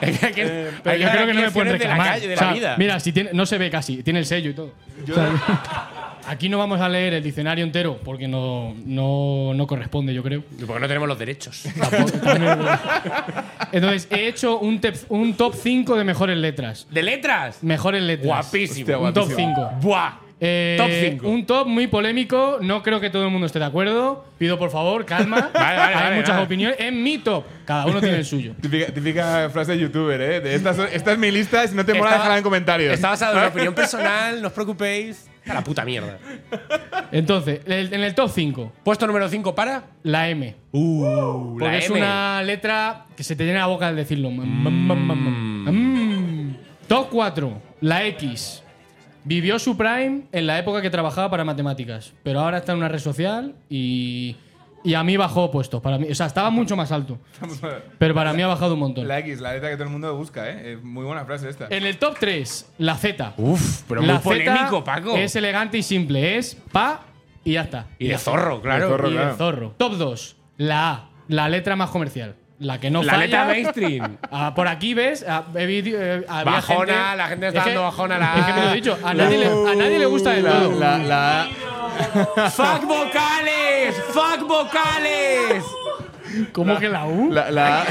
Es que hay que- Eh, Pero hay yo dar creo que no me lecciones pueden de la reclamar. calle, de O sea, la vida. Mira, si tiene, no se ve casi, tiene el sello y todo. O sea, <laughs> aquí no vamos a leer el diccionario entero porque no, no, no corresponde, yo creo. Porque no tenemos los derechos. Tampoco- también- Entonces, he hecho un, tep- un top 5 de mejores letras. ¿De letras? Mejores letras. Guapísimo. Hostia, Un top guapísimo. 5. Buah. top 5. Un top muy polémico. No creo que todo el mundo esté de acuerdo. Pido por favor, calma. <laughs> Vale, vale, Hay vale, muchas vale. opiniones. En mi top. Cada uno tiene el suyo. Típica, típica frase de youtuber, ¿eh? De esta, <laughs> son- esta es mi lista, si no te mola, Estaba- déjala en comentarios. Está basado en una <laughs> opinión personal, no os preocupéis. A la puta mierda. Entonces, el- en el top 5, Puesto número 5 para. la M. Uh, Porque es una letra que se te llena la boca al decirlo. Mm. Mm. Top 4, la X. Vivió su prime en la época que trabajaba para matemáticas, pero ahora está en una red social y, y a mí bajó puestos. Para mí, o sea, estaba mucho más alto, pero para mí ha bajado un montón. La X, la letra que todo el mundo busca, ¿eh? Es muy buena frase esta. En el top 3, la Z. Uf, Uh, pero muy la polémico, Paco. Es elegante y simple, es pa y ya está. Y de zorro, claro. De zorro. Y de claro. zorro. Top 2, la A, la letra más comercial, la que no La falla. letra mainstream. <laughs> Ah, por aquí ves, ah, he vidi- eh, había Bajona, la gente está Es que- dando bajona a la- Es que me lo he dicho, a nadie, le, a nadie le gusta de la, todo. La, la- <laughs> ¡Fuck vocales! ¡Fuck vocales! ¿Cómo que la U? la- la-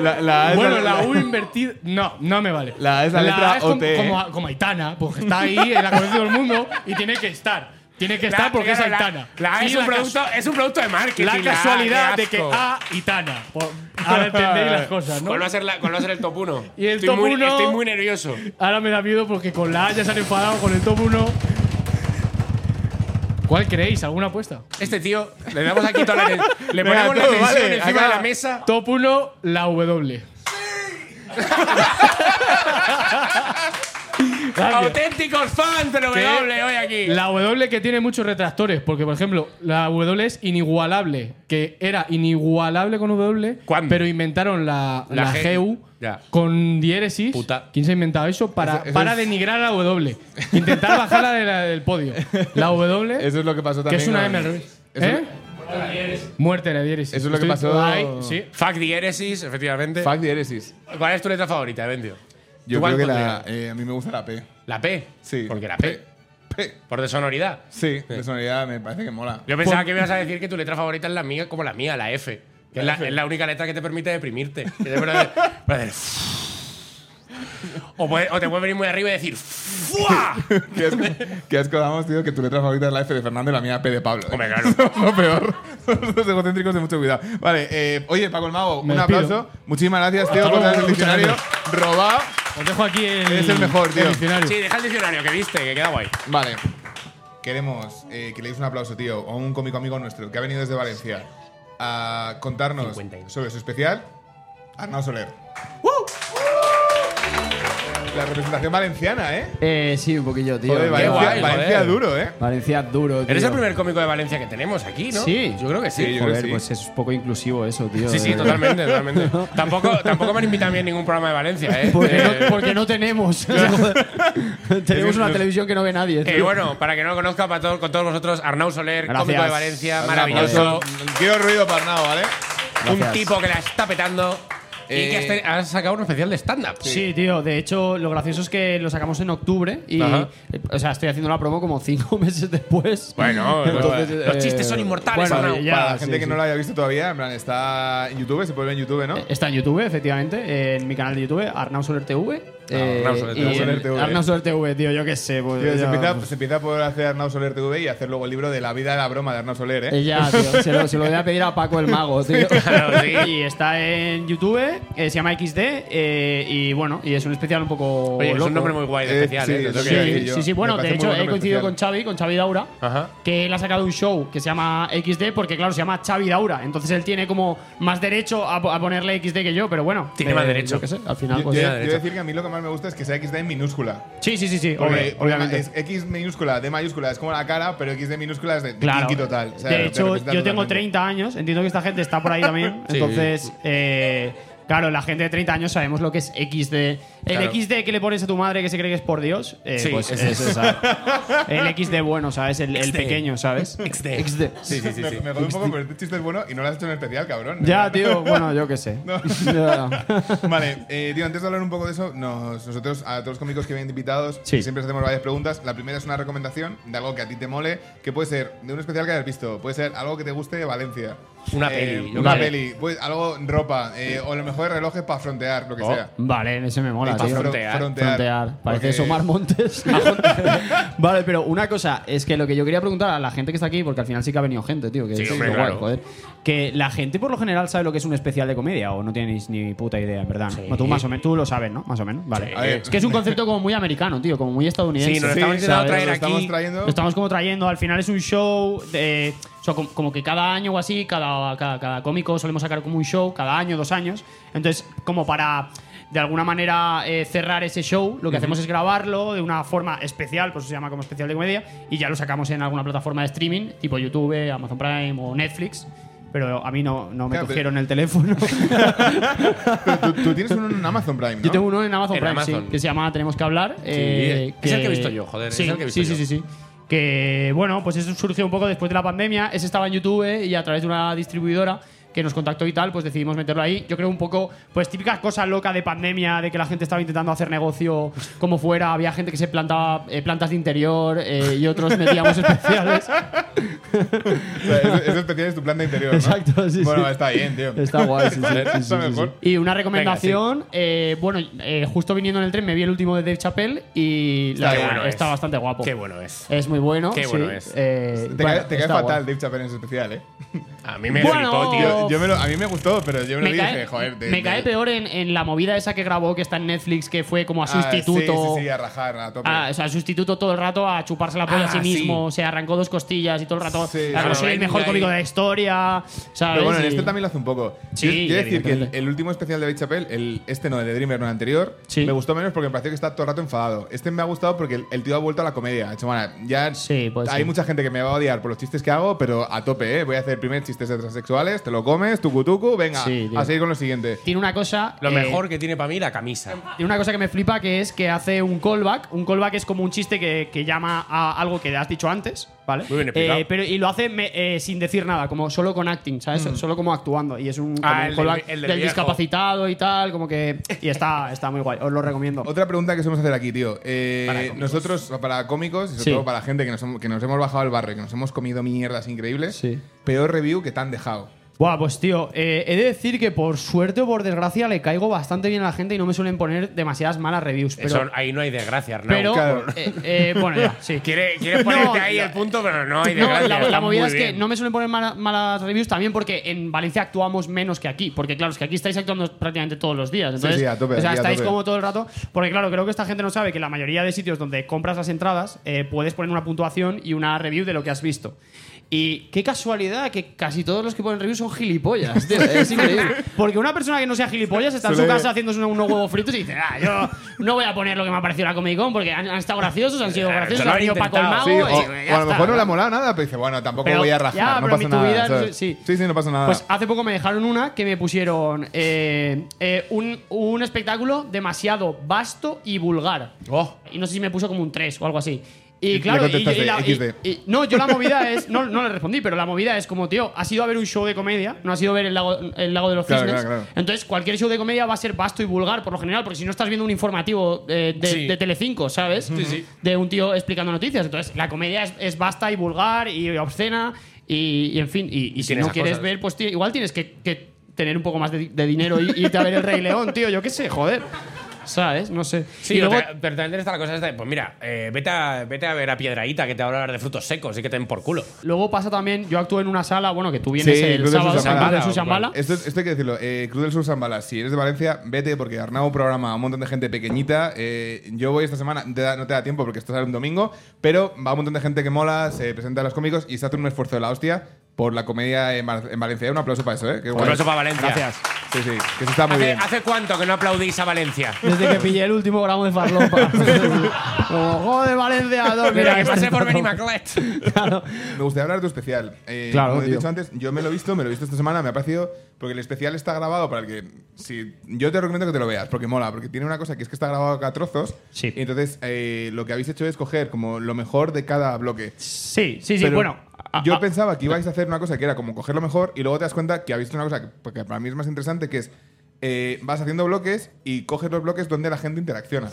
La- la A es bueno, la U invertida. No, no me vale. La A es la letra A como, OT, ¿eh? como, como Aitana, porque está ahí, en la conoce todo el mundo y tiene que estar. Tiene que estar porque Claro, es la- Aitana. La, A Y es, un cas- producto, es un producto de marketing. La A, casualidad qué de que asco. A Aitana. Por- Ahora entendéis las cosas, ¿no? ¿Cuál va a ser, la- cuál va a ser el top <laughs> 1? Y el estoy top muy, uno- Estoy muy nervioso. Ahora me da miedo porque con la A ya se han enfadado con el top 1. ¿Cuál creéis? ¿Alguna apuesta? Este tío, le damos aquí toda la Le Venga, ponemos la tú, tensión vale, encima acá. de la mesa. Top 1, la W. Gracias. Auténticos fans de W hoy aquí. La W que tiene muchos retractores, porque por ejemplo, la W es inigualable, que era inigualable con W, ¿Cuándo? pero inventaron la, La la G. GU Ya. con diéresis. Puta. ¿Quién se ha inventado eso? Para, Eso- eso para es- denigrar a la W. Intentar bajarla de la- del podio. La W, Eso es lo que pasó que también. es una con- M al revés. Eso- ¿Eh? Muerte de la diéresis. Eso es lo que Estoy- pasó- Ay, sí. Fuck diéresis, efectivamente. Fact diéresis. ¿Cuál es tu letra favorita, Vendio? Yo ¿Tú cuál creo que la. pondrías? eh, a mí me gusta la P. La P. Sí. Porque la P. P. Por de sonoridad. Sí, de sonoridad me parece que mola. Yo pensaba que me ibas a decir que tu letra favorita es la mía, como la mía, la F. Que es, la, es la única letra que te permite deprimirte. Que te puede hacer- puede hacer o, puede- o te puede venir muy arriba y decir ¡Fua! <laughs> Qué asco, qué asco damos, tío, que tu letra favorita es la F de Fernando y la mía P de Pablo. ¿eh? <laughs> Hombre, claro. Lo peor. <laughs> Son los egocéntricos de mucho cuidado. Vale, eh, oye, Paco el Mago, Me un despido. aplauso. Muchísimas gracias, tío, Hasta por luego, traer el muchas diccionario. Robado. Os dejo aquí el. Eres el mejor, tío. diccionario. Sí, deja el diccionario que viste, que queda guay. Vale. Queremos eh, que le deis un aplauso, tío, a un cómico amigo nuestro que ha venido desde Valencia a contarnos 51. sobre su especial, Arnau Soler. ¡Uh! La representación valenciana, ¿eh? Eh, sí, un poquillo, tío. Joder, Valencia- Valencia, guay, Valencia joder. duro, ¿eh? Valencia duro, tío. Eres el primer cómico de Valencia que tenemos aquí, ¿no? Sí. Yo creo que sí. Sí, yo creo que Joder, sí. pues es un poco inclusivo eso, tío. Sí, sí, <laughs> Eh, totalmente, totalmente. tampoco, tampoco me han invitado a mí en ningún programa de Valencia, ¿eh? <laughs> Porque, Eh, no, porque no tenemos. <laughs> tenemos una televisión que no ve nadie. eh, tío. bueno, para que no lo conozca, para todos- con todos vosotros, Arnau Soler, cómico Gracias. de Valencia, Arnau, maravilloso. eso- Quiero ruido para Arnau, ¿vale? Un Gracias. tipo que la está petando. y Eh, que has te- has sacado un especial de stand-up. Sí, tío. De hecho, lo gracioso es que lo sacamos en octubre y. Ajá. eh, O sea, estoy haciendo la promo como cinco <laughs> meses después. Bueno, Entonces, los eh, chistes son inmortales, bueno, Arnau. ya, para la gente sí, que sí. no lo haya visto todavía, en plan, está en YouTube, se puede ver en YouTube, ¿no? Eh, Está en YouTube, efectivamente, eh, en mi canal de YouTube, Arnau Soler TV. Arnau Soler, y Arnau el- Soler TV. Arnau Soler TV, tío, yo qué sé. pues, Tío, se, yo- empieza, se empieza por hacer Arnau Soler TV y hacer luego el libro de la vida de la broma de Arnau Soler, ¿eh? Eh, <laughs> ya, tío, se lo, se lo voy a pedir a Paco el Mago, <laughs> tío. Claro, sí. Y está en YouTube, eh, se llama XD, eh, y bueno, y es un especial un poco. Oye, es loco. un nombre muy guay de Eh, especial, sí, ¿eh? Te tengo sí, que decir. Sí, Sí, yo- sí, sí, bueno, me de parece muy hecho buen he nombre coincidido especial. con Xavi, con Xavi Daura, Ajá. que él ha sacado un show que se llama XD, porque claro, se llama Xavi Daura, entonces él tiene como más derecho a, po- a ponerle XD que yo, pero bueno. Tiene más derecho. yo qué sé, al Yo, final, yo- pues. yo derecho. decir que a mí lo que más me gusta es que sea XD en minúscula. Sí, sí, sí, sí. Porque- obvi- porque obviamente. es X minúscula, D mayúscula, es como la cara, pero X de minúscula es de, de Claro. kinky total. o sea, de te hecho, representa yo tengo totalmente. 30 años, entiendo que esta gente está por ahí también. <laughs> Sí. Entonces, eh, claro, la gente de 30 años sabemos lo que es XD. El Claro. XD que le pones a tu madre que se cree que es por Dios, eh, Sí, pues ese es eso, ¿sabes? El XD bueno, ¿sabes? El, el XD. pequeño, ¿sabes? XD. XD. Sí, sí, sí. Me, sí. me jode un <laughs> poco, pero este chiste es bueno y no lo has hecho en especial, cabrón. Ya, tío, bueno, yo qué sé. Ya. <laughs> Vale, eh, tío, antes de hablar un poco de eso, nos- nosotros a todos los cómicos que vienen invitados Sí. siempre les hacemos varias preguntas. La primera es una recomendación de algo que a ti te mole, que puede ser de un especial que hayas visto, puede ser algo que te guste de Valencia. Una Eh, peli, yo Una qué sé. peli, pues, algo ropa, eh, o a lo mejor relojes para frontear, lo que Oh. sea. Vale, ese me mola, Pa' tío. fron- frontear, Frontear. Parece Porque- <laughs> Somar Montes. <laughs> vale, pero una cosa es que lo que yo quería preguntar a la gente que está aquí, porque al final sí que ha venido gente, tío, que Sí, es hombre, lo guay, claro. joder. Que la gente por lo general sabe lo que es un especial de comedia, o no tenéis ni puta idea, en ¿verdad? ¿no? Sí. Bueno, tú más o menos, tú lo sabes, ¿no? Más o menos, vale. Sí. A ver. Es que es un concepto como muy americano, tío, como muy estadounidense. Sí, nos lo estamos intentando ¿sabes? traer Lo aquí. estamos trayendo. Lo estamos como trayendo, al final es un show, de- o sea, com- como, que cada año o así, cada, cada, cada cómico solemos sacar como un show, cada año, dos años. Entonces, como para de alguna manera eh, cerrar ese show, lo que hacemos es grabarlo de una forma especial, por eso se llama como especial de comedia, y ya lo sacamos en alguna plataforma de streaming, tipo YouTube, Amazon Prime o Netflix. Pero a mí no, no Claro, me pero- cogieron <laughs> el teléfono. Pero tú, tú tienes uno en Amazon Prime, ¿no? Yo tengo uno en Amazon En Prime, Amazon. sí, que se llama Tenemos que hablar. eh, es el que he visto yo, joder, es Sí, el que he visto sí, yo. sí, sí, sí. Que bueno, pues eso surgió un poco después de la pandemia. Ese estaba en YouTube eh, y a través de una distribuidora que nos contactó y tal, pues decidimos meterlo ahí. Yo creo un poco, pues típicas cosas locas de pandemia, de que la gente estaba intentando hacer negocio como fuera. Había gente que se plantaba eh, plantas de interior eh, y otros metíamos <laughs> especiales. O sea, ese- ese especial es tu plan de interior, ¿no? Exacto, sí, Bueno, sí. está bien, tío. Está guay, sí, <laughs> sí, Vale, sí, sí, está sí, sí. mejor. Y una recomendación, eh, bueno, eh, justo viniendo en el tren me vi el último de Dave Chappelle y la Qué verdad, bueno es. está bastante guapo. Qué bueno es. Es muy bueno. Qué sí, bueno es. eh, Te, bueno, cae, te cae está fatal guapo. Dave Chappelle en ese especial, ¿eh? A mí me Bueno. flipó, tío. Yo, yo me lo- a mí me gustó, pero yo me, Oh. Me lo cae, dije, joder. te- me te- cae peor en, en la movida esa que grabó que está en Netflix, que fue como a Ah, sí, sustituto. sí, sí, a rajar, a tope. Ah, o sea, sustituto todo el rato a chuparse la polla Ah, a sí sí. mismo. Se arrancó dos costillas y todo el rato. Sí, "Ah, claro, no soy el venga mejor cómico ahí". de la historia. ¿sabes? Pero bueno, en Y- este también lo hace un poco. Sí, Yo- yo quiero decir que el, evidentemente. el último especial de David Chappelle, el, este no, el de Dreamer, no el anterior, Sí. me gustó menos porque me pareció que está todo el rato enfadado. Este me ha gustado porque el, el tío ha vuelto a la comedia. Ha dicho, "Bueno, ya Sí, puede hay ser. mucha gente que me va a odiar por los chistes que hago, pero a tope, ¿eh? Voy a hacer primer chistes de transexuales, te lo comes, tu tucu, venga, Sí, tío. a seguir con lo siguiente. Tiene una cosa. Lo eh, mejor que tiene para mí la camisa. Tiene una cosa que me flipa que es que hace un callback. Un callback es como un chiste que, que llama a algo que has dicho antes, ¿vale? Muy bien explicado. Eh, pero, y lo hace me- eh, sin decir nada, como solo con acting, ¿sabes? Solo como actuando. Y es un, como Mm. Ah, un el del- callback el del del, viejo. discapacitado y tal, como que. Y está, está muy guay, os lo recomiendo. Otra pregunta que solemos hacer aquí, tío. Eh, Para cómicos. nosotros, para cómicos, y sobre Sí. todo para la gente que nos, hemos- que nos hemos bajado al barrio, que nos hemos comido mierdas increíbles, Sí. peor review que te han dejado. Buah, pues tío, eh, he de decir que por suerte o por desgracia le caigo bastante bien a la gente y no me suelen poner demasiadas malas reviews. Pero, Eso, ahí no hay desgracia, Arnau. pero claro. eh, eh, bueno, ya, <laughs> sí. Quiere- Quieres ponerte No, ahí la- el punto, pero no hay No, desgracia. la, la está movida muy es que bien. no me suelen poner mala- malas reviews también porque en Valencia actuamos menos que aquí. Porque claro, es que aquí estáis actuando prácticamente todos los días. Entonces, sí, a tope, o sea, aquí a estáis tope. como todo el rato. Porque claro, creo que esta gente no sabe que la mayoría de sitios donde compras las entradas eh, puedes poner una puntuación y una review de lo que has visto. Y qué casualidad que casi todos los que ponen reviews son <laughs> gilipollas, tío. Es increíble. Porque una persona que no sea gilipollas está en su Suele- casa haciéndose unos huevos fritos y dice, ah, yo no voy a poner lo que me ha parecido la Comic Con porque han, han estado graciosos, han sido Claro, graciosos, lo ha han venido Paco el intentado. Mago Sí, y, o, ya o a está, lo mejor no le ha ¿no? molado nada, pero dice, bueno, tampoco Pero- voy a rajar, ya, no pero pasa mi tu nada. vida, ¿sabes? no sé, sí. sí, no pasa nada. Pues hace poco me dejaron una que me pusieron eh, eh, un, un espectáculo demasiado vasto y vulgar. Oh. Y no sé si me puso como un 3 o algo así. Y Y le claro, y, contestaste, y la- y- XD. y- no, yo la movida es, no, no le respondí, pero la movida es como, tío, has ido a ver un show de comedia, no has ido a ver el lago, el lago de los Claro, cisnes. claro, claro. Entonces, cualquier show de comedia va a ser vasto y vulgar por lo general, porque si no estás viendo un informativo eh, de, Sí. de Telecinco, ¿sabes? De un tío explicando noticias. Entonces, la comedia es, es vasta y vulgar y obscena y, y, en fin, y, y si Tiene no esas quieres cosas. ver, pues tío, igual tienes que, que tener un poco más de, de dinero y irte a ver el Rey León, tío, yo qué sé, joder. ¿Sabes? No sé. Sí, y luego, otra- pero también está la cosa esta de, pues mira, eh, vete, a, vete a ver a Piedraíta que te va a hablar de frutos secos y que te den por culo. luego pasa también, yo actúo en una sala, bueno, que tú vienes Sí, el Cruz del sábado Susambala, Cruz del o cual. Susambala. Esto, esto hay que decirlo. Eh, Cruz del Sur San Balas, si eres de Valencia, vete porque Arnau programa a un montón de gente pequeñita. Eh, yo voy esta semana, te da- no te da tiempo porque esto sale un domingo, pero va un montón de gente que mola, se presenta a los cómicos y se hace un esfuerzo de la hostia. por la comedia en, Val- en Valencia. Un aplauso para eso, ¿eh? Qué Pues, guay. aplauso para Valencia. Gracias. Sí, sí, que eso está muy ¿Hace, bien. hace cuánto que no aplaudís a Valencia? Desde que pillé el último gramo de <laughs> farlopa. Como, joder, <laughs> Valencia, dos, Mira, que este pasé por está Benny todo". Maclet. Claro. Me gustaría hablar de tu especial. Eh, Claro, como he tío. dicho antes, yo me lo he visto, me lo he visto esta semana, me ha parecido. Porque el especial está grabado para el que. Si, yo te recomiendo que te lo veas, porque mola, porque tiene una cosa que es que está grabado a trozos. Sí. Y entonces, eh, lo que habéis hecho es coger como lo mejor de cada bloque. Sí, sí, sí. Pero bueno, a- Yo a- pensaba que ibais a hacer una cosa que era como coger lo mejor y luego te das cuenta que habéis hecho una cosa que, porque para mí es más interesante, que es. eh, vas haciendo bloques y coges los bloques donde la gente interacciona.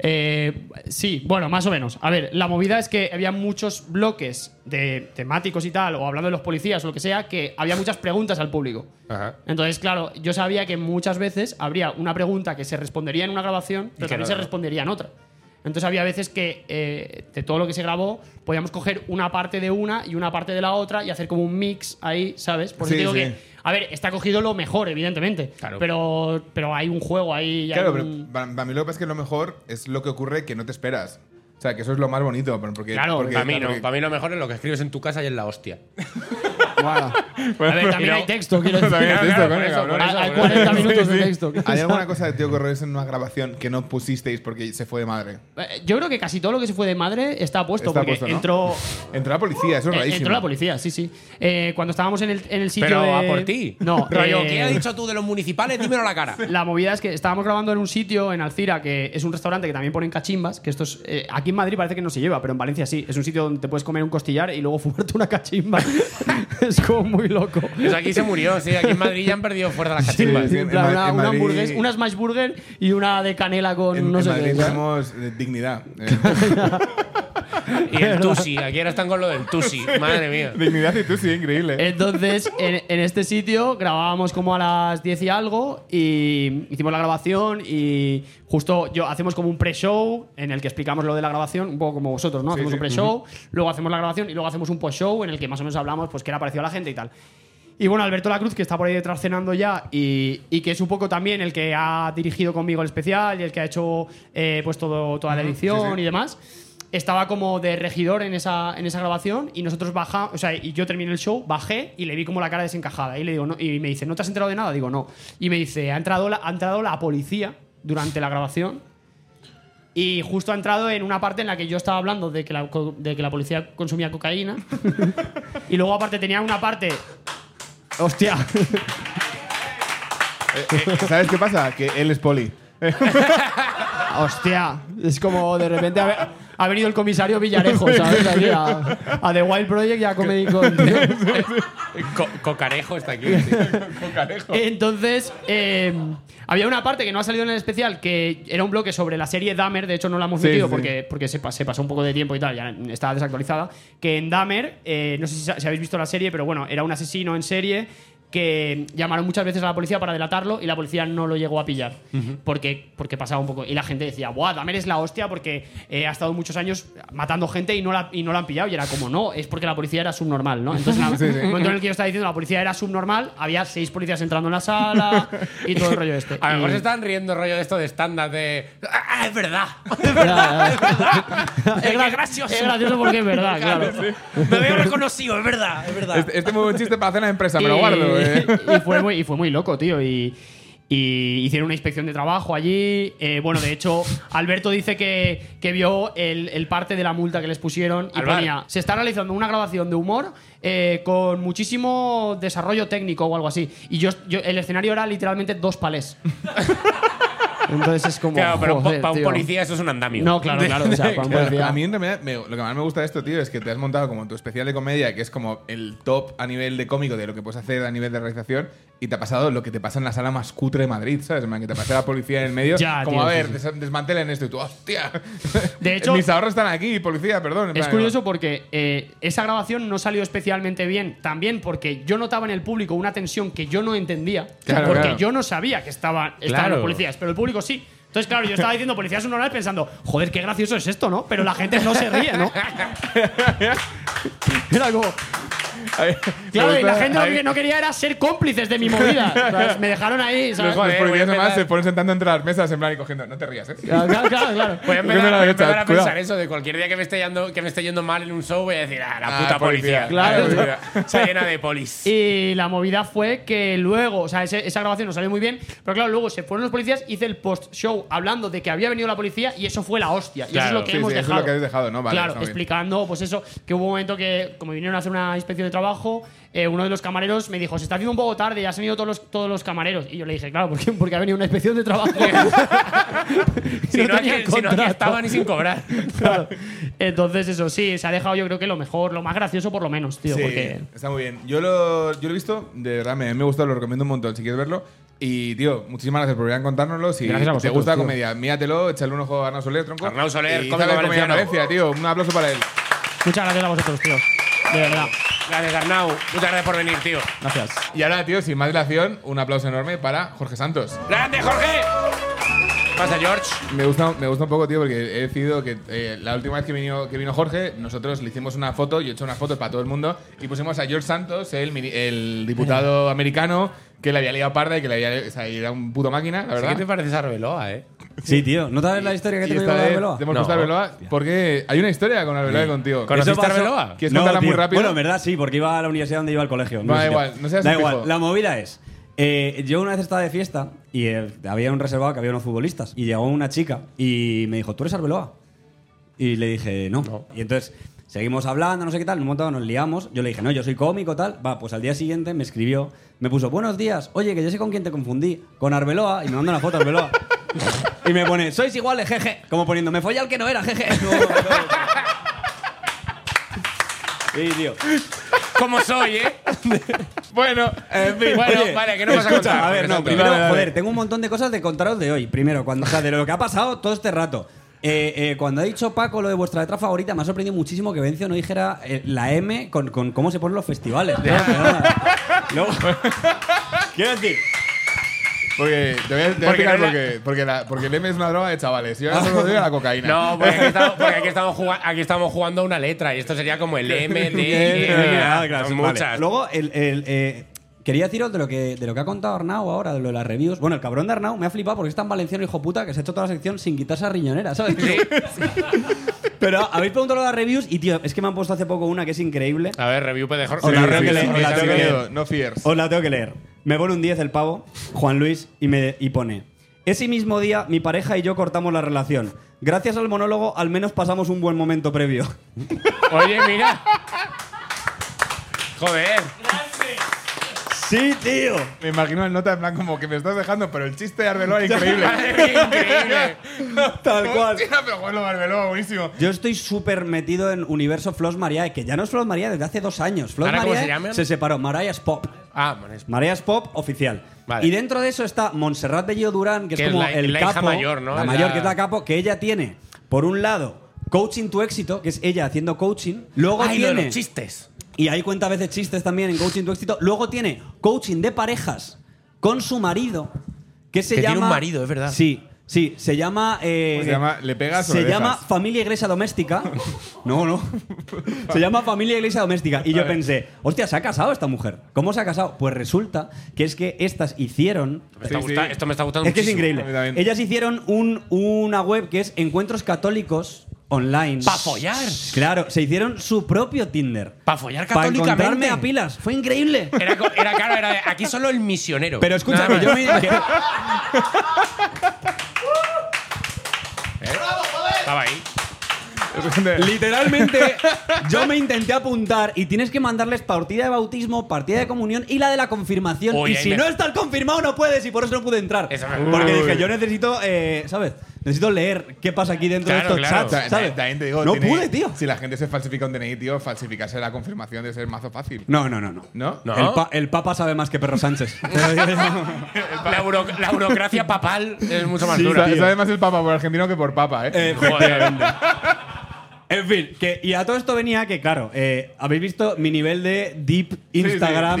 Eh, sí, bueno, más o menos. A ver, la movida es que había muchos bloques de temáticos y tal, o hablando de los policías o lo que sea, que había muchas preguntas al público. Ajá. Entonces, claro, yo sabía que muchas veces habría una pregunta que se respondería en una grabación, pero que también no, se no. respondería en otra. Entonces había veces que eh, de todo lo que se grabó podíamos coger una parte de una y una parte de la otra y hacer como un mix ahí, ¿sabes? Por eso Sí, digo sí. que, a ver, está cogido lo mejor, evidentemente, Claro. pero, pero hay un juego ahí. y hay Claro, pero un- <laughs> para, para mí lo que pasa es que lo mejor es lo que ocurre que no te esperas. O sea, que eso es lo más bonito. Porque, Claro, porque- Para mí, no, porque- para mí lo mejor es lo que escribes en tu casa y en la <laughs> hostia. a ver, también hay <laughs> texto, quiero decir. También hay texto, coño, cabrón. Hay- hay <laughs> 40 minutos <laughs> de texto. ¿Hay alguna cosa de Tío Correos en una grabación que no pusisteis porque se fue de madre? Eh, Yo creo que casi todo lo que se fue de madre está puesto, Está porque puesto, ¿no? entró, Entró la policía, eso es eh, rarísimo. entró la policía, sí, sí. Eh, cuando estábamos en el, en el <laughs> sitio Pero de- a por ti. No, <laughs> Rollo, eh, ¿qué has dicho tú de los municipales? Dímelo a la cara. La movida es que estábamos grabando en un sitio, en Alcira, que es un restaurante que también ponen cachimbas, que esto es, eh, aquí en Madrid parece que no se lleva, pero en Valencia sí. Es un sitio donde te puedes comer un costillar y luego <laughs> fumarte una cachimba. es como muy loco. Pues aquí se murió, sí. Aquí en Madrid ya han perdido fuerza las Sí, cachimbas. sí, en En plan, Ma- una, en una Madrid- hamburguesa, una smash burger y una de canela con En, no en sé Madrid qué. tenemos eh, dignidad. Eh, <laughs> Y el Tusi, aquí ahora están con lo del Tusi. Madre mía. dignidad y tú sí, Eh, increíble. ¿eh? Entonces, en, en este sitio grabábamos como a las 10 y algo y hicimos la grabación y justo yo hacemos como un pre-show en el que explicamos lo de la grabación, un poco como vosotros, ¿no? Hacemos sí. un pre-show, luego hacemos la grabación y luego hacemos un post-show en el que más o menos hablamos pues qué le ha parecido a la gente y tal. Y bueno, Alberto La Cruz, que está por ahí detrás cenando ya y, y que es un poco también el que ha dirigido conmigo el especial y el que ha hecho eh, pues todo, toda la edición sí. y demás, estaba como de regidor en esa, en esa grabación y nosotros bajamos, o sea, y yo terminé el show, bajé y le vi como la cara desencajada y le digo, no, y me dice, ¿no te has enterado de nada? Digo, no. Y me dice, ha entrado la, ha entrado la policía durante la grabación y justo ha entrado en una parte en la que yo estaba hablando de que la, co- de que la policía <laughs> consumía cocaína. y luego, aparte, tenía una parte. Hostia. <laughs> eh. ¿Sabes qué pasa? Que él es poli. Hostia. Es como de repente. Ha, ve- ha venido el comisario Villarejo, ¿sabes? Aquí a, a The Wild Project y a Comedy Con. Co- cocarejo está aquí. sí. Entonces, eh, había una parte que no ha salido en el especial, que era un bloque sobre la serie Dahmer, de hecho no la hemos Sí, metido sí. porque, Eh, porque se, pa- se pasó un poco de tiempo y tal, ya estaba desactualizada, que en Dahmer, eh, no sé si, sa- si habéis visto la serie, pero bueno, era un asesino en serie que llamaron muchas veces a la policía para delatarlo y la policía no lo llegó a pillar porque, porque pasaba un poco y la gente decía ¡buah, Dahmer es la hostia porque eh, ha estado muchos años matando gente y no, la, y no la han pillado y era como no, es porque la policía era subnormal ¿no? entonces la- Sí, sí. el momento en el que yo estaba diciendo la policía era subnormal, había seis policías entrando en la sala y todo el rollo este. A lo mejor Y- se están riendo rollo de esto de estándar de. ¡Ah, <laughs> es verdad! <laughs> es, gra- Qué gracioso. es gracioso porque es <laughs> verdad, <laughs> claro. Me veo reconocido, es verdad, es verdad. Este, este es muy buen chiste para hacer la empresa, me lo Y- guardo. eh. <laughs> Y fue muy, y fue muy loco, tío. Y, y hicieron una inspección de trabajo allí. Eh, bueno, de hecho, Alberto dice que, que vio el, el parte de la multa que les pusieron y Al bar. ponía, se está realizando una grabación de humor eh, con muchísimo desarrollo técnico o algo así. Y yo, yo- el escenario era literalmente dos palés. <laughs> Entonces es como... claro, pero joder, para un tío. policía eso es un andamio. No, claro, claro. <laughs> O sea, para un Claro, policía... a mí en realidad me- lo que más me gusta de esto, tío, es que te has montado como tu especial de comedia, que es como el top a nivel de cómico de lo que puedes hacer a nivel de realización, y te ha pasado lo que te pasa en la sala más cutre de Madrid, ¿sabes? En plan, Que te pasa la policía en el medio, Ya, como tío, a sí, ver, sí. des- desmantelen esto, y tú, hostia. <laughs> De hecho- mis ahorros están aquí, policía, perdón. en Es plan, <laughs> curioso porque eh, esa grabación no salió especialmente bien, también porque yo notaba en el público una tensión que yo no entendía, Claro, porque claro. yo no sabía que estaba, estaban Claro. los policías, pero el público sí. Entonces, claro, yo estaba diciendo policías una hora pensando, joder, qué <laughs> gracioso es esto, ¿no? Pero la gente no se ríe, ¿no? Era como, Claro, y Pues la gente lo que no quería era ser cómplices de mi <laughs> movida. Pues ¿sabes? Me dejaron ahí, ¿sabes? Los jóvenes Voy a prohibidos además empezar. se ponen sentando entre las mesas en plan y cogiendo. No te rías, ¿eh? Claro, claro, claro, claro. Voy a Yo me empezar, voy la a derecha, empezar a cuidado. pensar eso, de cualquier día que me esté yendo, que me esté yendo mal en un show voy a decir, ah, la Ah, puta policía. policía. Claro. La puta- Se llena de <laughs> polis. Y la movida fue que luego, o sea, ese- esa grabación no salió muy bien, pero claro, luego se fueron los policías, hice el post-show hablando de que había venido la policía y eso fue la hostia. Y eso es Claro, lo que sí, hemos sí, eso es dejado. lo que habéis dejado, ¿no? Vale, está claro, bien. explicando, pues eso, que hubo un momento que, como vinieron a hacer una inspección de trabajo, eh, uno de los camareros me dijo, se está haciendo un poco tarde, ya se han ido todos los, todos los camareros. Y yo le dije, claro, ¿por qué? porque ha venido una inspección de <laughs> trabajo. si, no aquí, tenía si no, aquí contrato. estaba ni sin cobrar. Claro. Entonces, eso sí, se ha dejado yo creo que lo mejor, lo más gracioso por lo menos, tío, Sí, porque... está muy bien. Yo lo, yo lo he visto, de verdad, me, me gustó, lo recomiendo un montón si quieres verlo. Y, tío, muchísimas gracias por venir a contárnoslo. Si Gracias a te vosotros, gusta la tío. comedia, míratelo, échale un ojo a Arnau Soler, tronco. Arnau Soler, y cómico sabe de comedia valenciano. Valencia, tío. Un aplauso para él. Muchas gracias a vosotros, tío. De verdad. Gracias, Arnau. Muchas gracias por venir, tío. Gracias. Y ahora, tío, sin más dilación, un aplauso enorme para Jorge Santos. ¡Grande, Jorge! Pasa, George. Me gusta, me gusta un poco, tío, porque he decidido que eh, la última vez que vino, que vino Jorge, nosotros le hicimos una foto, yo he hecho unas fotos para todo el mundo, y pusimos a George Santos, el, mini- el <laughs> diputado americano, que le había liado parda y que le había, o sea, era un puto máquina, la verdad. ¿Qué te parece esa Arbeloa, eh? Sí, tío. ¿No sabes la historia que Y tengo yo esta con la vez Arbeloa? te hemos No. puesto a Arbeloa porque hay una historia con Arbeloa y contigo. Con- ¿Conociste Eso pasó- a Arbeloa? ¿Quieres contarla muy tío. rápido? Bueno, en verdad sí, porque iba a la universidad donde iba al colegio. Va, sé si- igual, no seas Da un igual, pijo. la movida es. eh, yo una vez estaba de fiesta y eh, había un reservado que había unos futbolistas y llegó una chica y me dijo, ¿tú eres Arbeloa? Y le dije, no. Y entonces seguimos hablando, no sé qué tal, en un momento nos liamos, yo le dije, no, yo soy cómico, tal. Va, pues al día siguiente me escribió, me puso, buenos días, oye, que yo sé con quién te confundí, con Arbeloa, y me manda una foto a Arbeloa. y me pone, sois iguales, jeje, como poniendo, me follé al que no era, jeje. <laughs> Sí, tío. ¿Cómo soy, eh? <laughs> Bueno, Eh, en fin. Bueno, Oye, vale, que no vas a escucha, contar. A ver, no, Exacto. primero, Vale, vale. joder, tengo un montón de cosas de contaros de hoy. Primero, cuando, o sea, de lo que ha pasado todo este rato. Eh, eh, cuando ha dicho Paco lo de vuestra letra favorita, me ha sorprendido muchísimo que Vencio no dijera eh, la M con, con cómo se ponen los festivales. ¿no? Perdona. Luego- <laughs> quiero decir, Porque te voy a, te voy Porque a explicar no por era- qué. Porque, la- porque el M es una droga de chavales. Ah. Yo ahora solo digo la cocaína. No, pues, porque aquí estamos, porque aquí estamos juga- aquí estamos jugando a una letra y esto sería como <laughs> el M, D, M, Ah, A. claro, eh, Son sí, vale. muchas. Luego, el, el, eh, quería deciros de lo, que, de lo que ha contado Arnau ahora, de lo de las reviews. Bueno, el cabrón de Arnau me ha flipado porque es tan valenciano, hijo puta, que se ha hecho toda la sección sin quitarse a riñonera, ¿sabes? <laughs> Pero habéis preguntado lo de las reviews y, tío, es que me han puesto hace poco una que es increíble. A ver, review de Jorge. Os la <laughs> Sí, tengo sí, que leer, sí, os la sí, tengo sí, que tío, leer. No fears. Os la tengo que leer. Me pone un 10 el pavo, Juan Luis, y, me, y pone... Ese mismo día, mi pareja y yo cortamos la relación. Gracias al monólogo, al menos pasamos un buen momento previo. Oye, mira. Joder. ¡Sí, tío! Me imagino el nota en plan como que me estás dejando, pero el chiste de Arbeloa <laughs> es increíble. Increíble. Tal cual. Hostia, pero bueno, Arbeloa, buenísimo. Yo estoy súper metido en universo Flos Mariae, que ya no es Flos Mariae desde hace dos años. Flos ¿Ahora cómo Mariae se llaman? separó. Maria's Pop. Ah, man, es- Maria's Pop oficial. Vale. Y dentro de eso está Montserrat Bellido Durán, que Que es es como la- el la hija capo. mayor, ¿no? La Es mayor, la- que es la capo, que ella tiene, por un lado, Coaching to Éxito, que es ella haciendo coaching. Luego Ay, lo de tiene. los chistes. Y ahí cuenta a veces chistes también en Coaching tu Éxito. Luego tiene Coaching de parejas con su marido, que se Que llama. tiene un marido, es verdad. Sí, sí, se llama. eh, Se llama Le pegas o Se le dejas. llama Familia <laughs> Iglesia Doméstica. no, no. se llama Familia Iglesia Doméstica. Y yo pensé, hostia, se ha casado esta mujer. ¿Cómo se ha casado? Pues resulta que es que estas hicieron. Me está Sí, gusta- sí. Esto me está gustando Es que es muchísimo. increíble. A mí también. Ellas hicieron un- una web que es Encuentros Católicos Online. Pa' follar. Claro, se hicieron su propio Tinder. Pa' follar Para católicamente. encontrarme a pilas. Fue <laughs> increíble. Era, co- era claro, era de, aquí solo el misionero. Pero escucha, que yo me... que- Estaba ahí. literalmente, yo me intenté apuntar y tienes que mandarles partida de bautismo, partida de comunión y la de la confirmación. Uy, y ahí si me- no estás confirmado no puedes y por eso no pude entrar. Eso me- Porque Uy. dije, yo necesito, eh, ¿sabes? Necesito leer qué pasa aquí dentro Claro, de estos claro. chats, Ta- ¿sabes? ta- También te digo, no tiene- pude, tío. Si la gente se falsifica un DNI, tío, falsificarse la confirmación de ser mazo fácil. No, no, no, no. ¿No? No. El, pa- el Papa sabe más que Perro <laughs> Sánchez. Te lo digo yo. La, euro- la burocracia papal es mucho más Sí, dura. sabe- sabe más el papa por argentino que por papa, ¿eh? Eh, Joder. en fin, que, y a todo esto venía que, claro, eh, habéis visto mi nivel de deep Instagram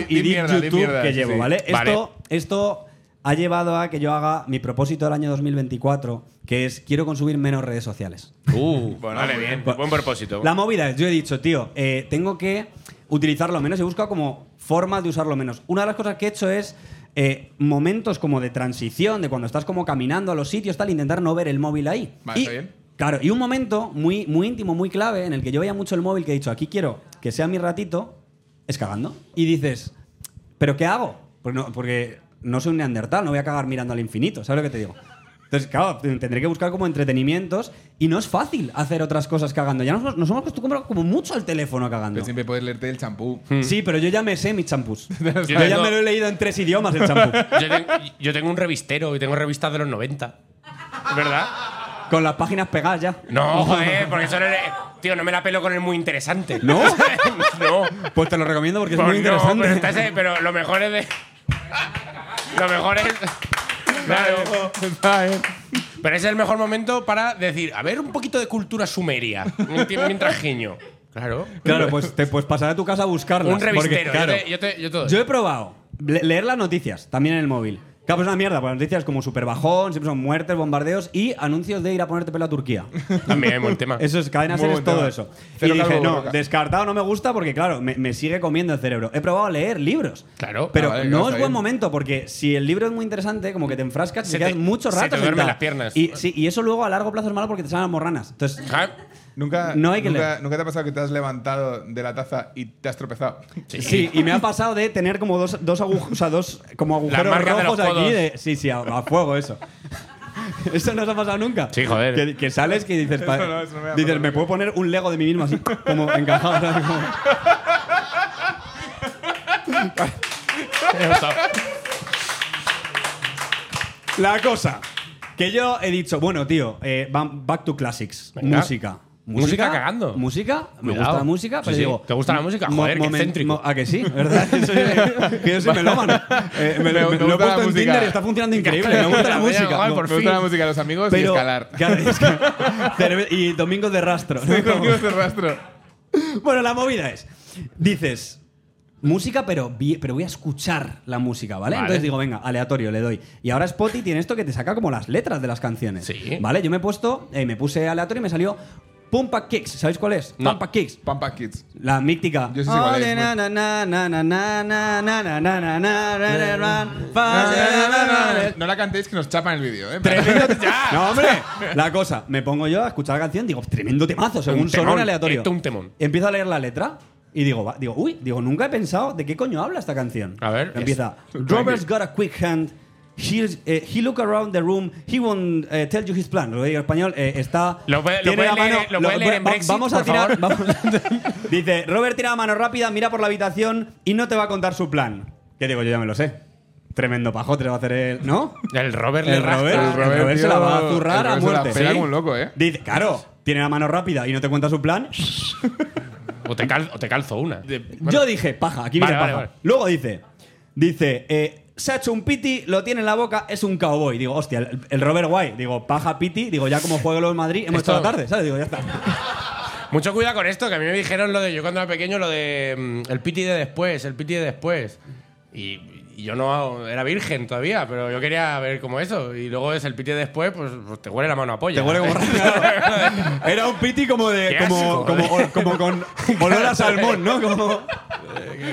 sí, deep y deep mierda, deep YouTube mierda, que sí, llevo, sí. ¿vale? Vale. Esto, esto ha llevado a que yo haga mi propósito del año 2024, que es quiero consumir menos redes sociales. Uh, Bueno, vale, muy bien. bien. Buen propósito. La movida es, yo he dicho, tío, eh, tengo que utilizarlo menos. He buscado como formas de usarlo menos. Una de las cosas que he hecho es eh, momentos como de transición, de cuando estás como caminando a los sitios, tal, intentar no ver el móvil ahí. Vale, Y- está bien. Claro, y un momento muy, muy íntimo, muy clave, en el que yo veía mucho el móvil, que he dicho, aquí quiero que sea mi ratito, es cagando. Y dices, ¿pero qué hago? Pues no- porque no soy un neandertal, no voy a cagar mirando al infinito, ¿sabes lo que te digo? Entonces, claro, t- tendré que buscar como entretenimientos y no es fácil hacer otras cosas cagando. Ya nos, nos hemos acostumbrado como mucho al teléfono cagando. Pero Pues siempre puedes leerte el <laughs> champú. Sí, pero yo ya me sé <laughs> mis champús. yo Yo ya tengo- me lo he leído en tres idiomas el champú. <laughs> Yo, ten- yo tengo un revistero y tengo revistas de los 90. ¿Verdad? Con las páginas pegadas ya. No, joder, porque eso no le- Tío, no me la pelo con el muy interesante. ¿No? <laughs> no. Pues te lo recomiendo porque es Pues muy no, interesante. pero, está ese- pero lo mejor es de. Lo mejor es. Claro. Pero ese es el mejor momento para decir, a ver, un poquito de cultura sumeria. mient- Mientras giño. Claro. Claro, pues te pues pasar a tu casa a buscarlas. Un revistero. porque, claro, yo, te, yo, te- yo te doy. yo he probado le- leer las noticias también en el móvil. Claro, pues es una mierda, porque las noticias como super bajón, siempre son muertes, bombardeos y anuncios de ir a ponerte pelo <laughs> a Turquía. También es buen tema. Eso es, cadena Muy ser es buen todo tema. eso. Cero y dije, calvo, no, boca. descartado no me gusta porque, claro, me, me sigue comiendo el cerebro. He probado a leer libros. Claro. Pero Ah, vale, no claro, es está bien. buen momento porque si el libro es muy interesante, como que te enfrascas y Se te quedas te- mucho se rato. te duermen sentado. las piernas. Y, sí, y eso luego a largo plazo es malo porque te salen las morranas. Entonces, Ja, Nunca, No hay que nunca, leer. nunca te ha pasado que te has levantado de la taza y te has tropezado. Sí. y <laughs> me ha pasado de tener como dos, dos agujeros, o sea, dos como Las agujeros marcas de rojos los aquí. codos. de- sí, sí, a, a fuego eso. <laughs> Eso no os ha pasado nunca. Sí, joder. Que, que sales que dices, pa- Eso no, eso no me ha dices, pasado me puedo poner un Lego de mí mismo así, como encajado. <laughs> ¿sabes? Como- me ha gustado. La cosa que yo he dicho, bueno, tío, eh, va- back to classics, Venga. música. Música cagando. Música, me Cuidado. gusta la música, Sí, pero sí. digo. ¿Te gusta la música? mo- Joder, qué momen- excéntrico. mo- ¿A que sí? ¿Verdad? <laughs> Soy- que yo soy melómano. Eh, me, Me- me me- lo he gusta la puesto en música. Tinder y está funcionando increíble. Me gusta la Mira, música. guay, No, por Me gusta fin. la música de los amigos y pero- escalar. <laughs> claro, es que- cerve- y domingo de rastro. ¿no? Como- Amigos de rastro. bueno, la movida es. Dices. Música, pero, vi- pero voy a escuchar la música, ¿vale? Vale. Entonces digo, venga, aleatorio, le doy. Y ahora Spotify tiene esto que te saca como las letras de las canciones. Sí. ¿Vale? Yo me he puesto, eh, me puse aleatorio y me salió Pumpa Kicks. ¿Sabéis cuál es? No. Pumpa Kicks. Pampa Kids. La mítica. Yo sí sé cuál es, Ole, na, na, na, na, na, na, na, na, na, na, na, na, na, na, na, No la cantéis que nos chapan el vídeo, ¿eh? <laughs> Tremendo- No, hombre. La cosa, me pongo yo a escuchar la canción, digo, tremendo temazo, según Un sonó en temón, aleatorio. esto un temón. Empiezo a leer la letra y digo, va- digo, uy, digo, nunca he pensado de qué coño habla esta canción. A ver, Empieza, Robert's got a quick hand. He's, eh, he look around the room. He won't eh, tell you his plan. Lo digo en español. eh, está. Lo puede- lo tiene puede la leer- mano- lo puede leer en va- Brexit, Vamos a por tirar. favor. vamos- <laughs> dice Robert tira la mano rápida, mira por la habitación y no te va a contar su plan. ¿Qué digo? Yo ya me lo sé. Tremendo pajote le va a hacer él, ¿no? <laughs> El Robert le El rasca. Robert, El el Robert, Robert se tío, la va a el zurrar a Robert se la muerte. pega como un loco, ¿eh? Dice, claro, tiene la mano rápida y no te cuenta su plan. O te, cal- o te calzo una. <laughs> Yo dije, paja, aquí Vale, viene vale, paja. vale. Luego dice, dice, eh, se ha hecho un piti, lo tiene en la boca, es un cowboy. Digo, hostia, el, el Robert Guay. Digo, paja piti, digo, ya como juego en Madrid, hemos Esto- estado la tarde, ¿sabes? Digo, <laughs> ya está. Mucho cuidado con esto, que a mí me dijeron lo de yo cuando era pequeño, lo de mm, el piti de después, el piti de después. Y, y yo no hago- era virgen todavía, pero yo quería ver como eso. Y luego es el piti de después, pues, pues te huele la mano a polla. Te <laughs> huele como raro. Era un piti como de. Qué Como, asco, como, ¿eh? joder. <laughs> como con olor a salmón, ¿no? Como.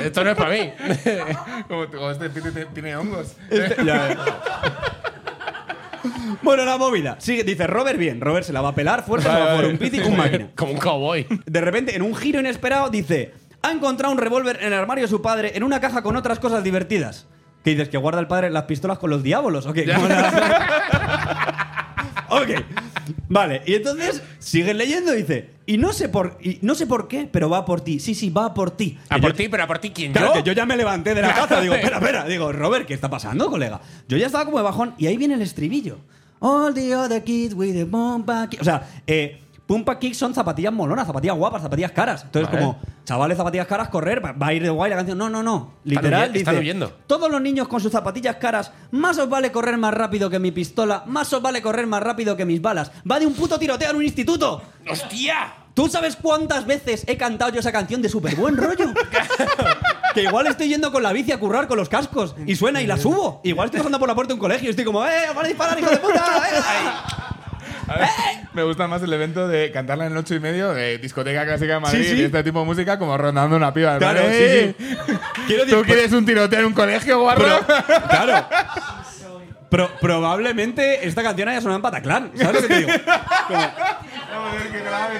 esto no es para mí. <laughs> Como, como este pito te- tiene hongos. Este- ya ves. Bueno, la movida. Sigue, dice Robert bien. Robert se la va a pelar fuerte, se va a poner un piti, un máquina. <laughs> como un cowboy. De repente, en un giro inesperado, dice: Ha encontrado un revólver en el armario de su padre, en una caja con otras cosas divertidas. ¿Qué dices? ¿Que guarda el padre las pistolas con los diablos? ¿O qué? ¿Cómo la- ok. Vale, y entonces sigue leyendo y dice: Y no sé por, y no sé por qué, pero va por ti. Sí, sí, va por ti. A Ah, Que por yo- ti, pero a por ti, ¿quién Claro, yo? que yo ya me levanté de la taza. Digo, espera, espera. Digo, Robert, ¿qué está pasando, colega? Yo ya estaba como de bajón y ahí viene el estribillo. All the other kids with the pumpa kick. O sea, eh, pumpa kick son zapatillas molonas, zapatillas guapas, zapatillas caras. Entonces, Vale. como, chavales, zapatillas caras, correr, va- va a ir de guay la canción. No, no, no. Literal, huye- están dice, huyendo. Todos los niños con sus zapatillas caras, más os vale correr más rápido que mi pistola, más os vale correr más rápido que mis balas. Va de un puto tiroteo en un instituto. ¡Hostia! ¿Tú sabes cuántas veces he cantado yo esa canción de súper buen rollo? que igual estoy yendo con la bici a currar con los cascos y eh". suena y la subo. Igual estoy bajando por la puerta de un colegio y estoy como, ¡eh, van a disparar, hijo de puta! eh". A ver, Me gusta más el evento de cantarla en el 8 y medio de discoteca clásica de Madrid Sí, sí. y este tipo de música como rondando una piba. Claro, hermano. sí, sí. ¡Eh! Quiero ¿Tú decir, quieres un tiroteo en un colegio, guarro? <laughs> claro. Pro- probablemente esta canción haya sonado en Pataclan. ¿Sabes lo que te digo?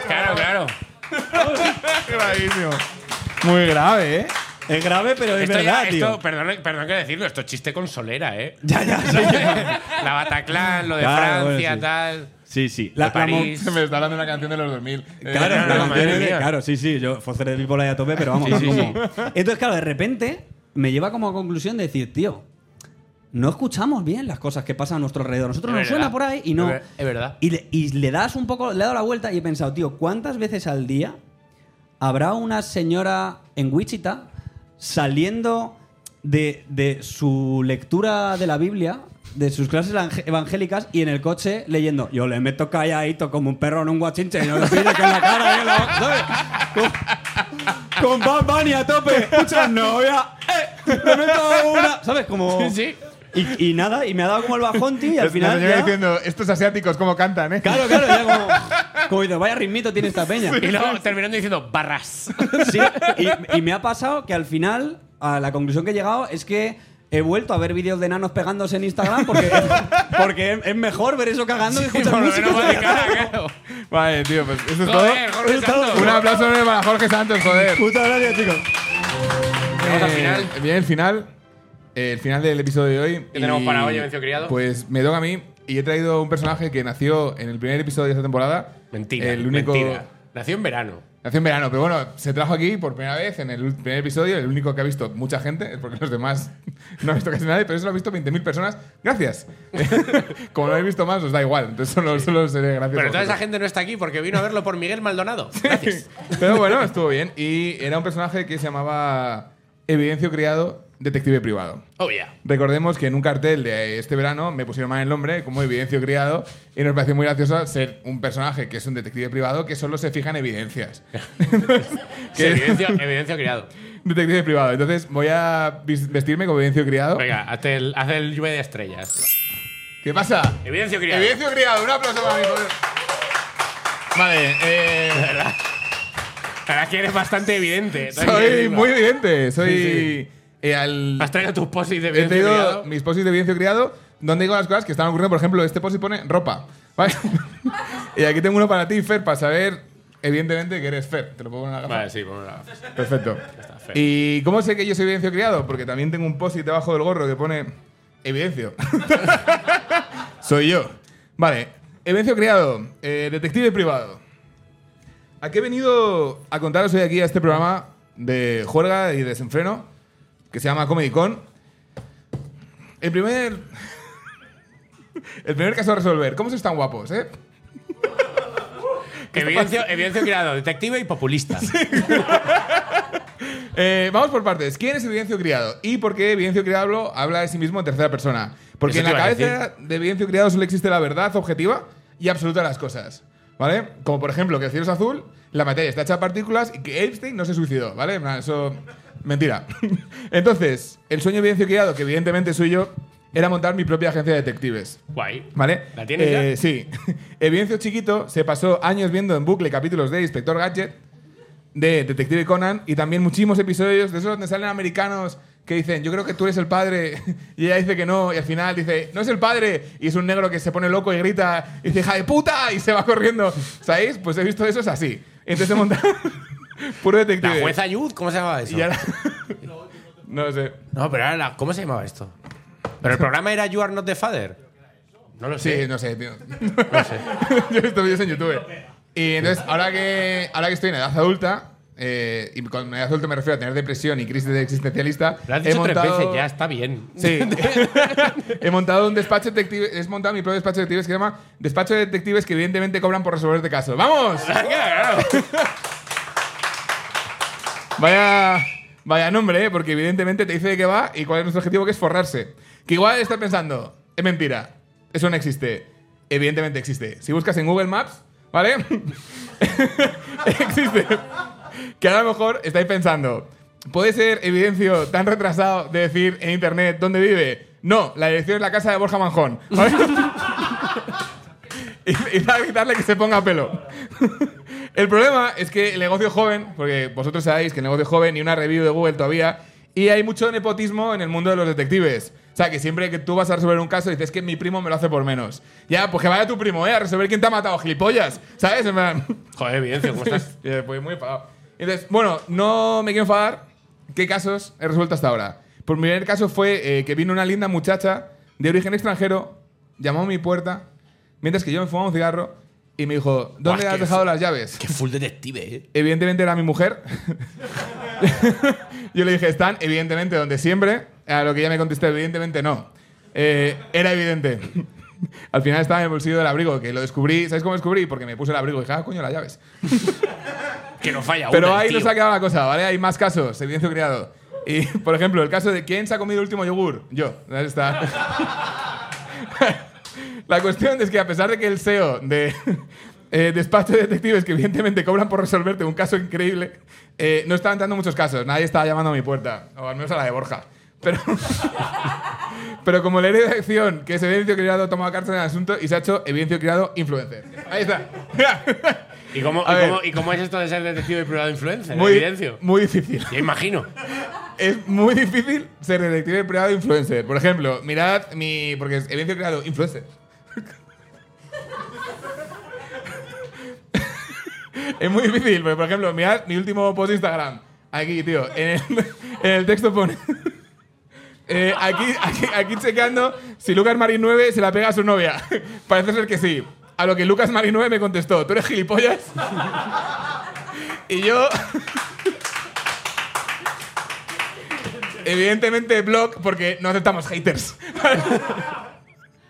Claro, claro. <laughs> Gravísimo. Muy grave, ¿eh? Es grave, pero es Esto ya- verdad, esto- tío. perdón, perdón que decirlo, esto es chiste con solera, ¿eh? <laughs> Ya, ya, ya, ya. la Bataclan, lo de Claro, Francia, bueno, sí. tal. Sí, sí. La, La, la mon- París. Se me está hablando de una canción de los 2000. Eh, Claro, Claro, la madre canción es de- mía. claro, sí, sí, yo Foster de bipolar ya topé, pero vamos, Sí, sí, como- Entonces, claro, de repente me lleva como a conclusión de decir, tío, no escuchamos bien las cosas que pasan a nuestro alrededor. Nosotros Es nos suena verdad. por ahí y no. Es ver- es verdad. Y le, y le das un poco, le he dado la vuelta y he pensado, tío, ¿cuántas veces al día habrá una señora en Wichita saliendo de, de su lectura de la Biblia, de sus clases ange- evangélicas y en el coche leyendo, yo le meto calladito como un perro en un guachinche y no le pide con la cara, eh, la- ¿sabes? Con, con Bad Bunny a tope, escucha, novia, eh, le meto una, ¿sabes? Como... sí. Y, y nada, y me ha dado como el bajón, tío, y al Nos final... llega ya- Pues diciendo, estos asiáticos cómo cantan, ¿eh? Claro, claro, ya como, como dices, vaya ritmito tiene esta peña. Y <laughs> luego terminando diciendo barras. <laughs> Sí, y, y me ha pasado que al final, a la conclusión que he llegado es que he vuelto a ver vídeos de nanos pegándose en Instagram porque, porque es, es mejor ver eso cagando que escuchar Por lo música. menos va de cara, <laughs> claro. <laughs> Vale, tío, pues eso es Joder, todo. Jorge Eso es todo. Santos. Un aplauso enorme para Jorge Santos, joder. Muchas gracias, chicos. Llegamos al final. Eh, Bien, el final. eh, el final del episodio de hoy. ¿Qué tenemos Y, para hoy, Vencio Criado? Pues me toca a mí. Y he traído un personaje que nació en el primer episodio de esta temporada. Mentira. El único. Mentira. Nació en verano. Nació en verano, pero bueno, se trajo aquí por primera vez en el ul- primer episodio, el único que ha visto mucha gente, es porque los demás <laughs> no ha visto casi nadie, pero eso lo ha visto 20.000 personas. Gracias. <laughs> Como no habéis visto más, os da igual, entonces solo, solo seré gracias. Pero a toda vosotros. esa gente no está aquí porque vino a verlo por Miguel Maldonado. Gracias. Pero bueno, estuvo bien. Y era un personaje que se llamaba Evidencio Criado, Detective Privado. Oh, yeah. Recordemos que en un cartel de este verano me pusieron mal el nombre como evidencio criado y nos pareció muy gracioso ser un personaje que es un detective privado que solo se fija <laughs> en evidencias. <laughs> Sí, evidencia, evidencia criado. detective privado. Entonces voy a vis- vestirme como evidencio criado. Venga, haz el, haz el lluvia de estrellas. ¿Qué pasa? Evidencio criado. Evidencio criado. Un aplauso para mí. joder. Vale, eh, Ahora que eres bastante evidente. soy muy evidente. Soy eh, al- Has traído tus posis de He evidencia traído criado. mis posis de evidencio criado donde digo las cosas que están ocurriendo. Por ejemplo, este post pone ropa. ¿vale? <laughs> y aquí tengo uno para ti, Fer, para saber, evidentemente, que eres Fer. Te lo pongo en la gafa. Vale, sí, por una- Perfecto. Fer. ¿Y cómo sé que yo soy evidencio criado? Porque también tengo un post debajo del gorro que pone evidencio. <laughs> soy yo. Vale. Evidencio criado, eh, detective privado. ¿A qué he venido a contaros hoy aquí a este programa de juerga y desenfreno que se llama Comedy Con? El primer. <laughs> El primer caso a resolver. ¿Cómo se están guapos, eh? Evidencio, evidencio criado, detective y <laughs> populista. Eh, vamos por partes. ¿Quién es Evidencio Criado? ¿Y por qué Evidencio Criado habla de sí mismo en tercera persona? Porque Eso te en la iba a cabeza de Evidencio Criado solo existe la verdad objetiva y absoluta de las cosas. ¿Vale? Como por ejemplo que el cielo es azul, la materia está hecha de partículas y que Einstein no se suicidó. ¿Vale? En plan, Eso. Mentira. <laughs> Entonces, el sueño de Evidencio Criado, que evidentemente soy yo, era montar mi propia agencia de detectives. Guay. ¿Vale? ¿La tienes Eh, ya? Sí. <laughs> Evidencio Chiquito se pasó años viendo en bucle capítulos de Inspector Gadget, de Detective Conan y también muchísimos episodios de esos donde salen americanos que dicen, yo creo que tú eres el padre <laughs> y ella dice que no y al final dice, no es el padre y es un negro que se pone loco y grita y dice, hija de puta y se va corriendo. ¿Sabéis? Pues he visto eso es así. Entonces he montado <laughs> puro detective. La jueza Yud, ¿cómo se llamaba eso? eh. Y ahora- <laughs> no sé. No, pero ahora, la- ¿cómo se llamaba esto? Pero el programa era You Are Not the Father. No lo sé. Sí, no sé, tío. <laughs> Yo he visto vídeos en YouTube. Y entonces, ahora que, ahora que estoy en edad adulta, eh, y con edad adulta me refiero a tener depresión y crisis de existencialista, Lo has he dicho tres montado- veces, ya está bien. Sí. <laughs> he montado un despacho de detectives, he montado mi propio despacho de detectives que se llama Despacho de Detectives que evidentemente cobran por resolver de caso. ¡Vamos! <laughs> Vaya, vaya nombre, ¿eh? porque evidentemente te dice de qué va y cuál es nuestro objetivo, que es forrarse. Que igual estás pensando, es mentira, eso no existe. Evidentemente existe. Si buscas en Google Maps, ¿vale? <laughs> existe. Que a lo mejor estáis pensando, ¿puede ser evidencio tan retrasado de decir en internet dónde vive? No, la dirección es la casa de Borja Manjón. ¿vale? <laughs> y, y para evitarle que se ponga pelo. <laughs> el problema es que el negocio joven, porque vosotros sabéis que el negocio joven ni una review de Google todavía, y hay mucho nepotismo en el mundo de los detectives. O sea, que siempre que tú vas a resolver un caso dices "Es que mi primo me lo hace por menos. Ya, pues que vaya tu primo, ¿eh? A resolver quién te ha matado, gilipollas. ¿Sabes? En plan, Joder, evidencia, ¿cómo <laughs> estás? eh, pues muy enfadado. Entonces, bueno, no me quiero enfadar. ¿Qué casos he resuelto hasta ahora? Por mi primer caso fue eh, que vino una linda muchacha de origen extranjero, llamó a mi puerta, mientras que yo me fumaba un cigarro y me dijo, Buah, ¿dónde qué has dejado fu- las llaves? Qué full detective, ¿eh? Evidentemente era <laughs> mi mujer. yo le dije, están evidentemente donde siempre. A lo que ella me contestó, evidentemente no. Eh, era evidente. <laughs> Al final estaba en el bolsillo del abrigo, que lo descubrí. ¿Sabes cómo descubrí? Porque me puse el abrigo y dije, ah, coño, las llaves. Que no falla Pero una, el ahí tío. nos ha quedado la cosa, ¿vale? Hay más casos, evidencio criado. Y, <laughs> por ejemplo, el caso de quién se ha comido el último yogur. Yo. Ahí está. <laughs> la cuestión es que a pesar de que el SEO de <laughs> eh, despacho de detectives, que evidentemente cobran por resolverte un caso increíble, eh, no estaban dando muchos casos. Nadie estaba llamando a mi puerta, o al menos a la de Borja. Pero, <laughs> pero como la de acción, que es evidencio criado, tomado cartas en el asunto y se ha hecho evidencio criado influencer. Ahí está. <laughs> Mira. ¿Y cómo, A y ver. cómo- y cómo es esto de ser detective y privado de influencer? muy, Evidencio. muy difícil. Ya imagino. es muy difícil ser detective privado influencer. Por ejemplo, mirad mi. Porque es evidencia creado influencer. es muy difícil, porque, por ejemplo, mirad mi último post de Instagram. Aquí, tío. En el, en el texto pone. eh, aquí, aquí, aquí chequeando si Lucas Marín 9 se la pega a su novia. <laughs> Parece ser que sí. A lo que Lucas Marín 9 me contestó: ¿Tú eres gilipollas? <laughs> y yo. <laughs> Evidentemente, blog, porque no aceptamos haters. <laughs>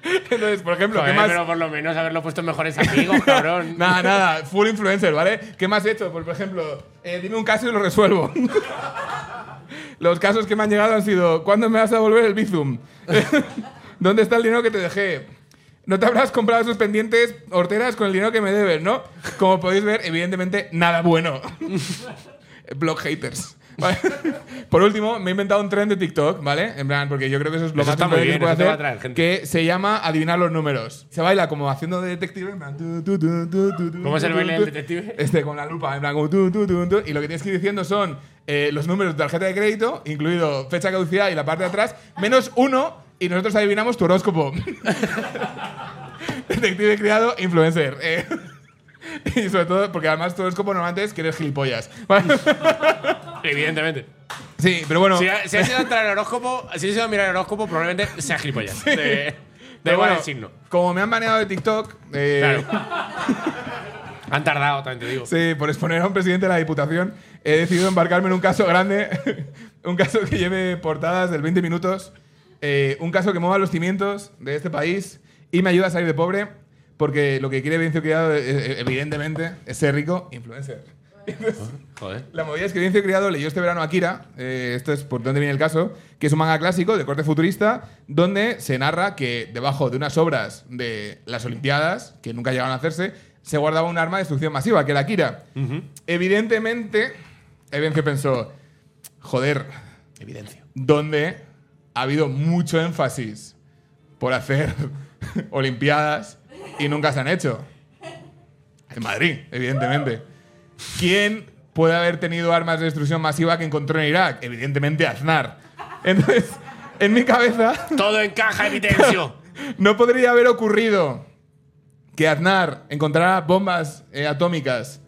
Entonces, por ejemplo, Joder, ¿qué más? pero por lo menos haberlo puesto en mejores amigos, <laughs> cabrón. Nada, nada, full influencer, ¿vale? ¿Qué más he hecho? Pues, por ejemplo, eh, dime un caso y lo resuelvo. <laughs> Los casos que me han llegado han sido: ¿Cuándo me vas a volver el Bizum? <laughs> ¿Dónde está el dinero que te dejé? No te habrás comprado esos pendientes horteras con el dinero que me debes, ¿no? Como podéis ver, evidentemente, nada bueno. <laughs> Blog haters. Vale. <laughs> Por último, me he inventado un tren de TikTok, ¿vale? En plan, porque yo creo que eso es lo Eso más está muy bien, importante que se puede eso te va a hacer, atraer gente. que Eh, se llama adivinar los números. Se baila como haciendo de detective. en plan, tu, tu, tu, tu, tu, tu, ¿Cómo es el tu, baile tu, del detective? Este, con la lupa, en plan, como tu, tu, tu, tu, y lo que tienes que ir diciendo son eh, los números de tarjeta de crédito, incluido fecha de caducidad y la parte de atrás, menos uno, y nosotros adivinamos tu horóscopo. <laughs> detective criado, influencer. Eh, <laughs> Y sobre todo, porque además tu horóscopo normalmente es que eres gilipollas. <laughs> Vale. Evidentemente. Sí, pero bueno. Si, ha, si has ido a entrar al horóscopo, si has ido a mirar el horóscopo, probablemente sea gilipollas. De, de pero igual bueno, el signo. Como me han baneado de TikTok, eh, <laughs> Claro. Han tardado, también te digo. sí, por exponer a un presidente de la Diputación, he decidido embarcarme en un caso grande, <laughs> un caso que lleve portadas del 20 minutos, eh, un caso que mueva los cimientos de este país y me ayuda a salir de pobre, porque lo que quiere Vincio Criado, eh, eh, evidentemente, es ser rico influencer. Joder. La movida es que Vincio Criado leyó este verano Akira, eh, esto es por donde viene el caso, que es un manga clásico de corte futurista, donde se narra que debajo de unas obras de las Olimpiadas, que nunca llegaron a hacerse, se guardaba un arma de destrucción masiva, que era Akira. Evidentemente, Evencio pensó, joder, Evidencio. donde ha habido mucho énfasis por hacer <laughs> Olimpiadas y nunca se han hecho. En Madrid, evidentemente. ¿Quién puede haber tenido armas de destrucción masiva que encontró en Irak? Evidentemente Aznar. Entonces, en mi cabeza, Todo encaja, Evidencio. no podría haber ocurrido que Aznar encontrara bombas eh, atómicas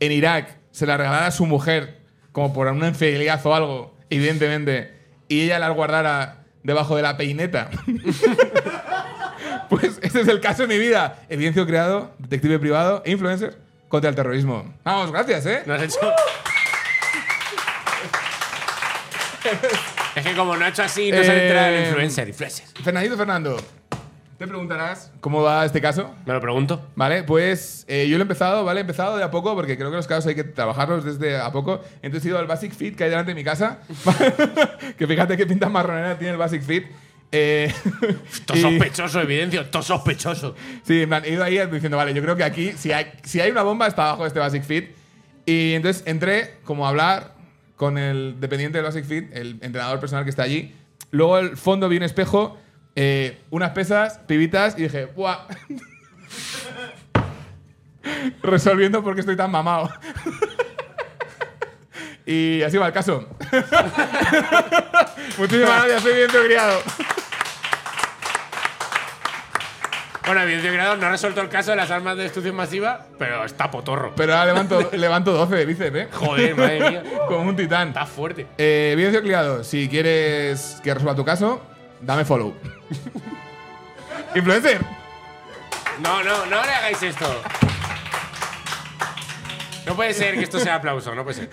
en Irak, se las regalara a su mujer, como por una infidelidad o algo, evidentemente, y ella las guardara debajo de la peineta. <laughs> pues ese es el caso de mi vida. Evidencio creado, detective privado e influencer contra el terrorismo. Vamos, gracias, ¿eh? No has hecho. es que como no ha hecho así, no se ha Eh, entrado el influencer. Influencer. Fernandito Fernando, te preguntarás cómo va este caso. Me lo pregunto. Vale, pues eh, yo lo he empezado, ¿vale? He empezado de a poco porque creo que los casos hay que trabajarlos desde a poco. Entonces he ido al Basic Fit que hay delante de mi casa. <laughs> que fíjate qué pinta marronera tiene el Basic Fit. Eh, <laughs> Esto y- sospechoso, Evidencio. Esto sospechoso. Sí, en plan, he ido ahí diciendo, vale, yo creo que aquí, si hay, si hay una bomba, está abajo de este Basic Fit. Y entonces entré como a hablar con el dependiente del Basic Fit, el entrenador personal que está allí. Luego al fondo vi un espejo, eh, unas pesas, pibitas, y dije, ¡buah! <laughs> resolviendo por qué estoy tan mamado. <laughs> y así va el caso. <laughs> Muchísimas gracias, soy viento criado. Bueno, evidentemente Criado no ha resuelto el caso de las armas de destrucción masiva, pero está potorro. Pero ahora levanto, levanto 12 de bíceps, ¿eh? Joder, madre mía. Como un titán. Está fuerte. Eh, Evidencio Criado, si quieres que resuelva tu caso, <laughs> dame follow. Influencer. No, no, no le hagáis esto. No puede ser que esto sea aplauso, no puede ser.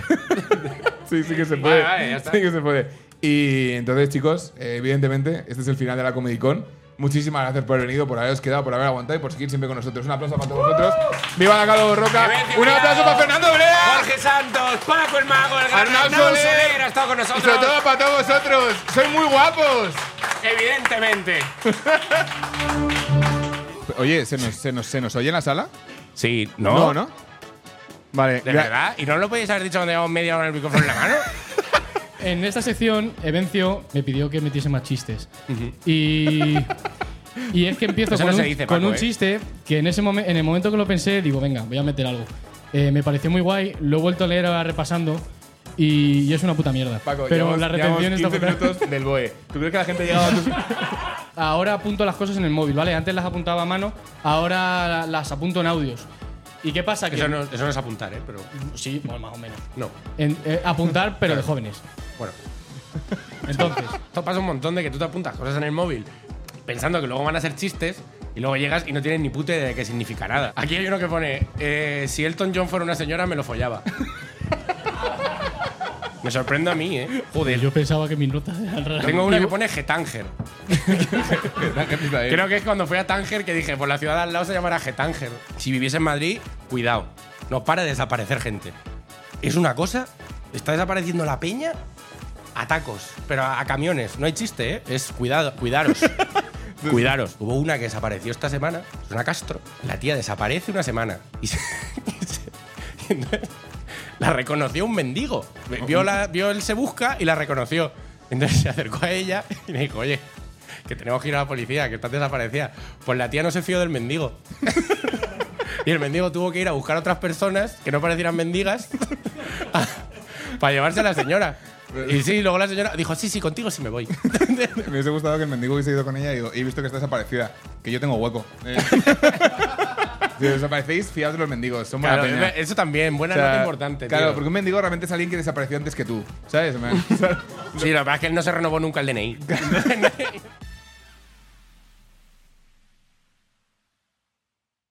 Sí, sí que se puede. vale, ya está. Sí que se puede. Y entonces, chicos, eh, evidentemente, este es el final de la Comedy Con. Muchísimas gracias por haber venido, por haberos quedado, por haber aguantado y por seguir siempre con nosotros. Un aplauso para todos vosotros. ¡Viva la Calo Roca! Evidencio ¡Un aplauso Criado, para Fernando Brea! Jorge Santos, Paco el Mago, el gran Arnau Arnau Soler. Soler ha estado con Y sobre nosotros. todo para todos vosotros. ¡Sois muy guapos! Evidentemente. Oye, ¿se nos, se nos, se nos oye en la sala? Sí, No, ¿no? Vale. ¿De ya- verdad? ¿Y no lo podéis haber dicho cuando llevamos media hora el micrófono en la <laughs> mano? En esta sección, Evencio me pidió que metiese más chistes. Y. Y es que empiezo Eso no con, se un, dice, con Paco, un ¿eh? chiste que en, ese momen- en el momento que lo pensé, digo, venga, voy a meter algo. Eh, me pareció muy guay, lo he vuelto a leer ahora repasando y, y es una puta mierda. Paco, Pero llevamos- la llevamos retención está 15 fatal. minutos del E. BOE. ¿Tú crees que la gente ha llegado a tus- <laughs> Ahora apunto las cosas en el móvil, ¿vale? Antes las apuntaba a mano, ahora las apunto en audios. ¿Y qué pasa? Que Eso no, eso no es apuntar, ¿eh? Pero Sí, bueno, más o menos. no. En- eh, apuntar, pero de jóvenes. Bueno. Entonces, Esto pasa un montón de que tú te apuntas cosas en el móvil pensando que luego van a ser chistes y luego llegas y no tienes ni puta idea de qué significa nada. Aquí hay uno que pone, eh, si Elton John fuera una señora me lo follaba. me sorprende a mí, ¿eh? Joder. yo pensaba que mis notas eran raras. Tengo uno que pone Getanger. ¿Qué pizza es? Creo que es cuando fui a Tánger que dije, por la ciudad al lado se llamará Getanger. Si viviese en Madrid, cuidado. No para de desaparecer gente. Es una cosa, está desapareciendo la peña atacos, pero a, a camiones. No hay chiste, ¿eh? Es cuidado, cuidaros. cuidaros. Hubo una que desapareció esta semana, es una Castro. La tía desaparece una semana. Y se- <laughs> y se- y entonces la reconoció un mendigo. Vio, la, vio el se busca y la reconoció. Entonces se acercó a ella y le dijo, oye, que tenemos que ir a la policía, que estás desaparecida. Pues la tía no se fió del mendigo. <laughs> Y el mendigo tuvo que ir a buscar a otras personas que no parecieran mendigas <laughs> para llevarse a la señora. Y sí, luego la señora dijo, sí, sí, contigo sí me voy. <laughs> Me hubiese gustado que el mendigo hubiese ido con ella y digo, he visto que está desaparecida, que yo tengo hueco. Eh. <laughs> si desaparecéis, fiaos de los mendigos, son buena Claro, peña. eso también, buena O sea, nota importante. Claro, tío. porque un mendigo realmente es alguien <laughs> que desapareció antes que tú, ¿sabes? O sea, <laughs> Sí, la verdad es que él no se renovó nunca el DNI.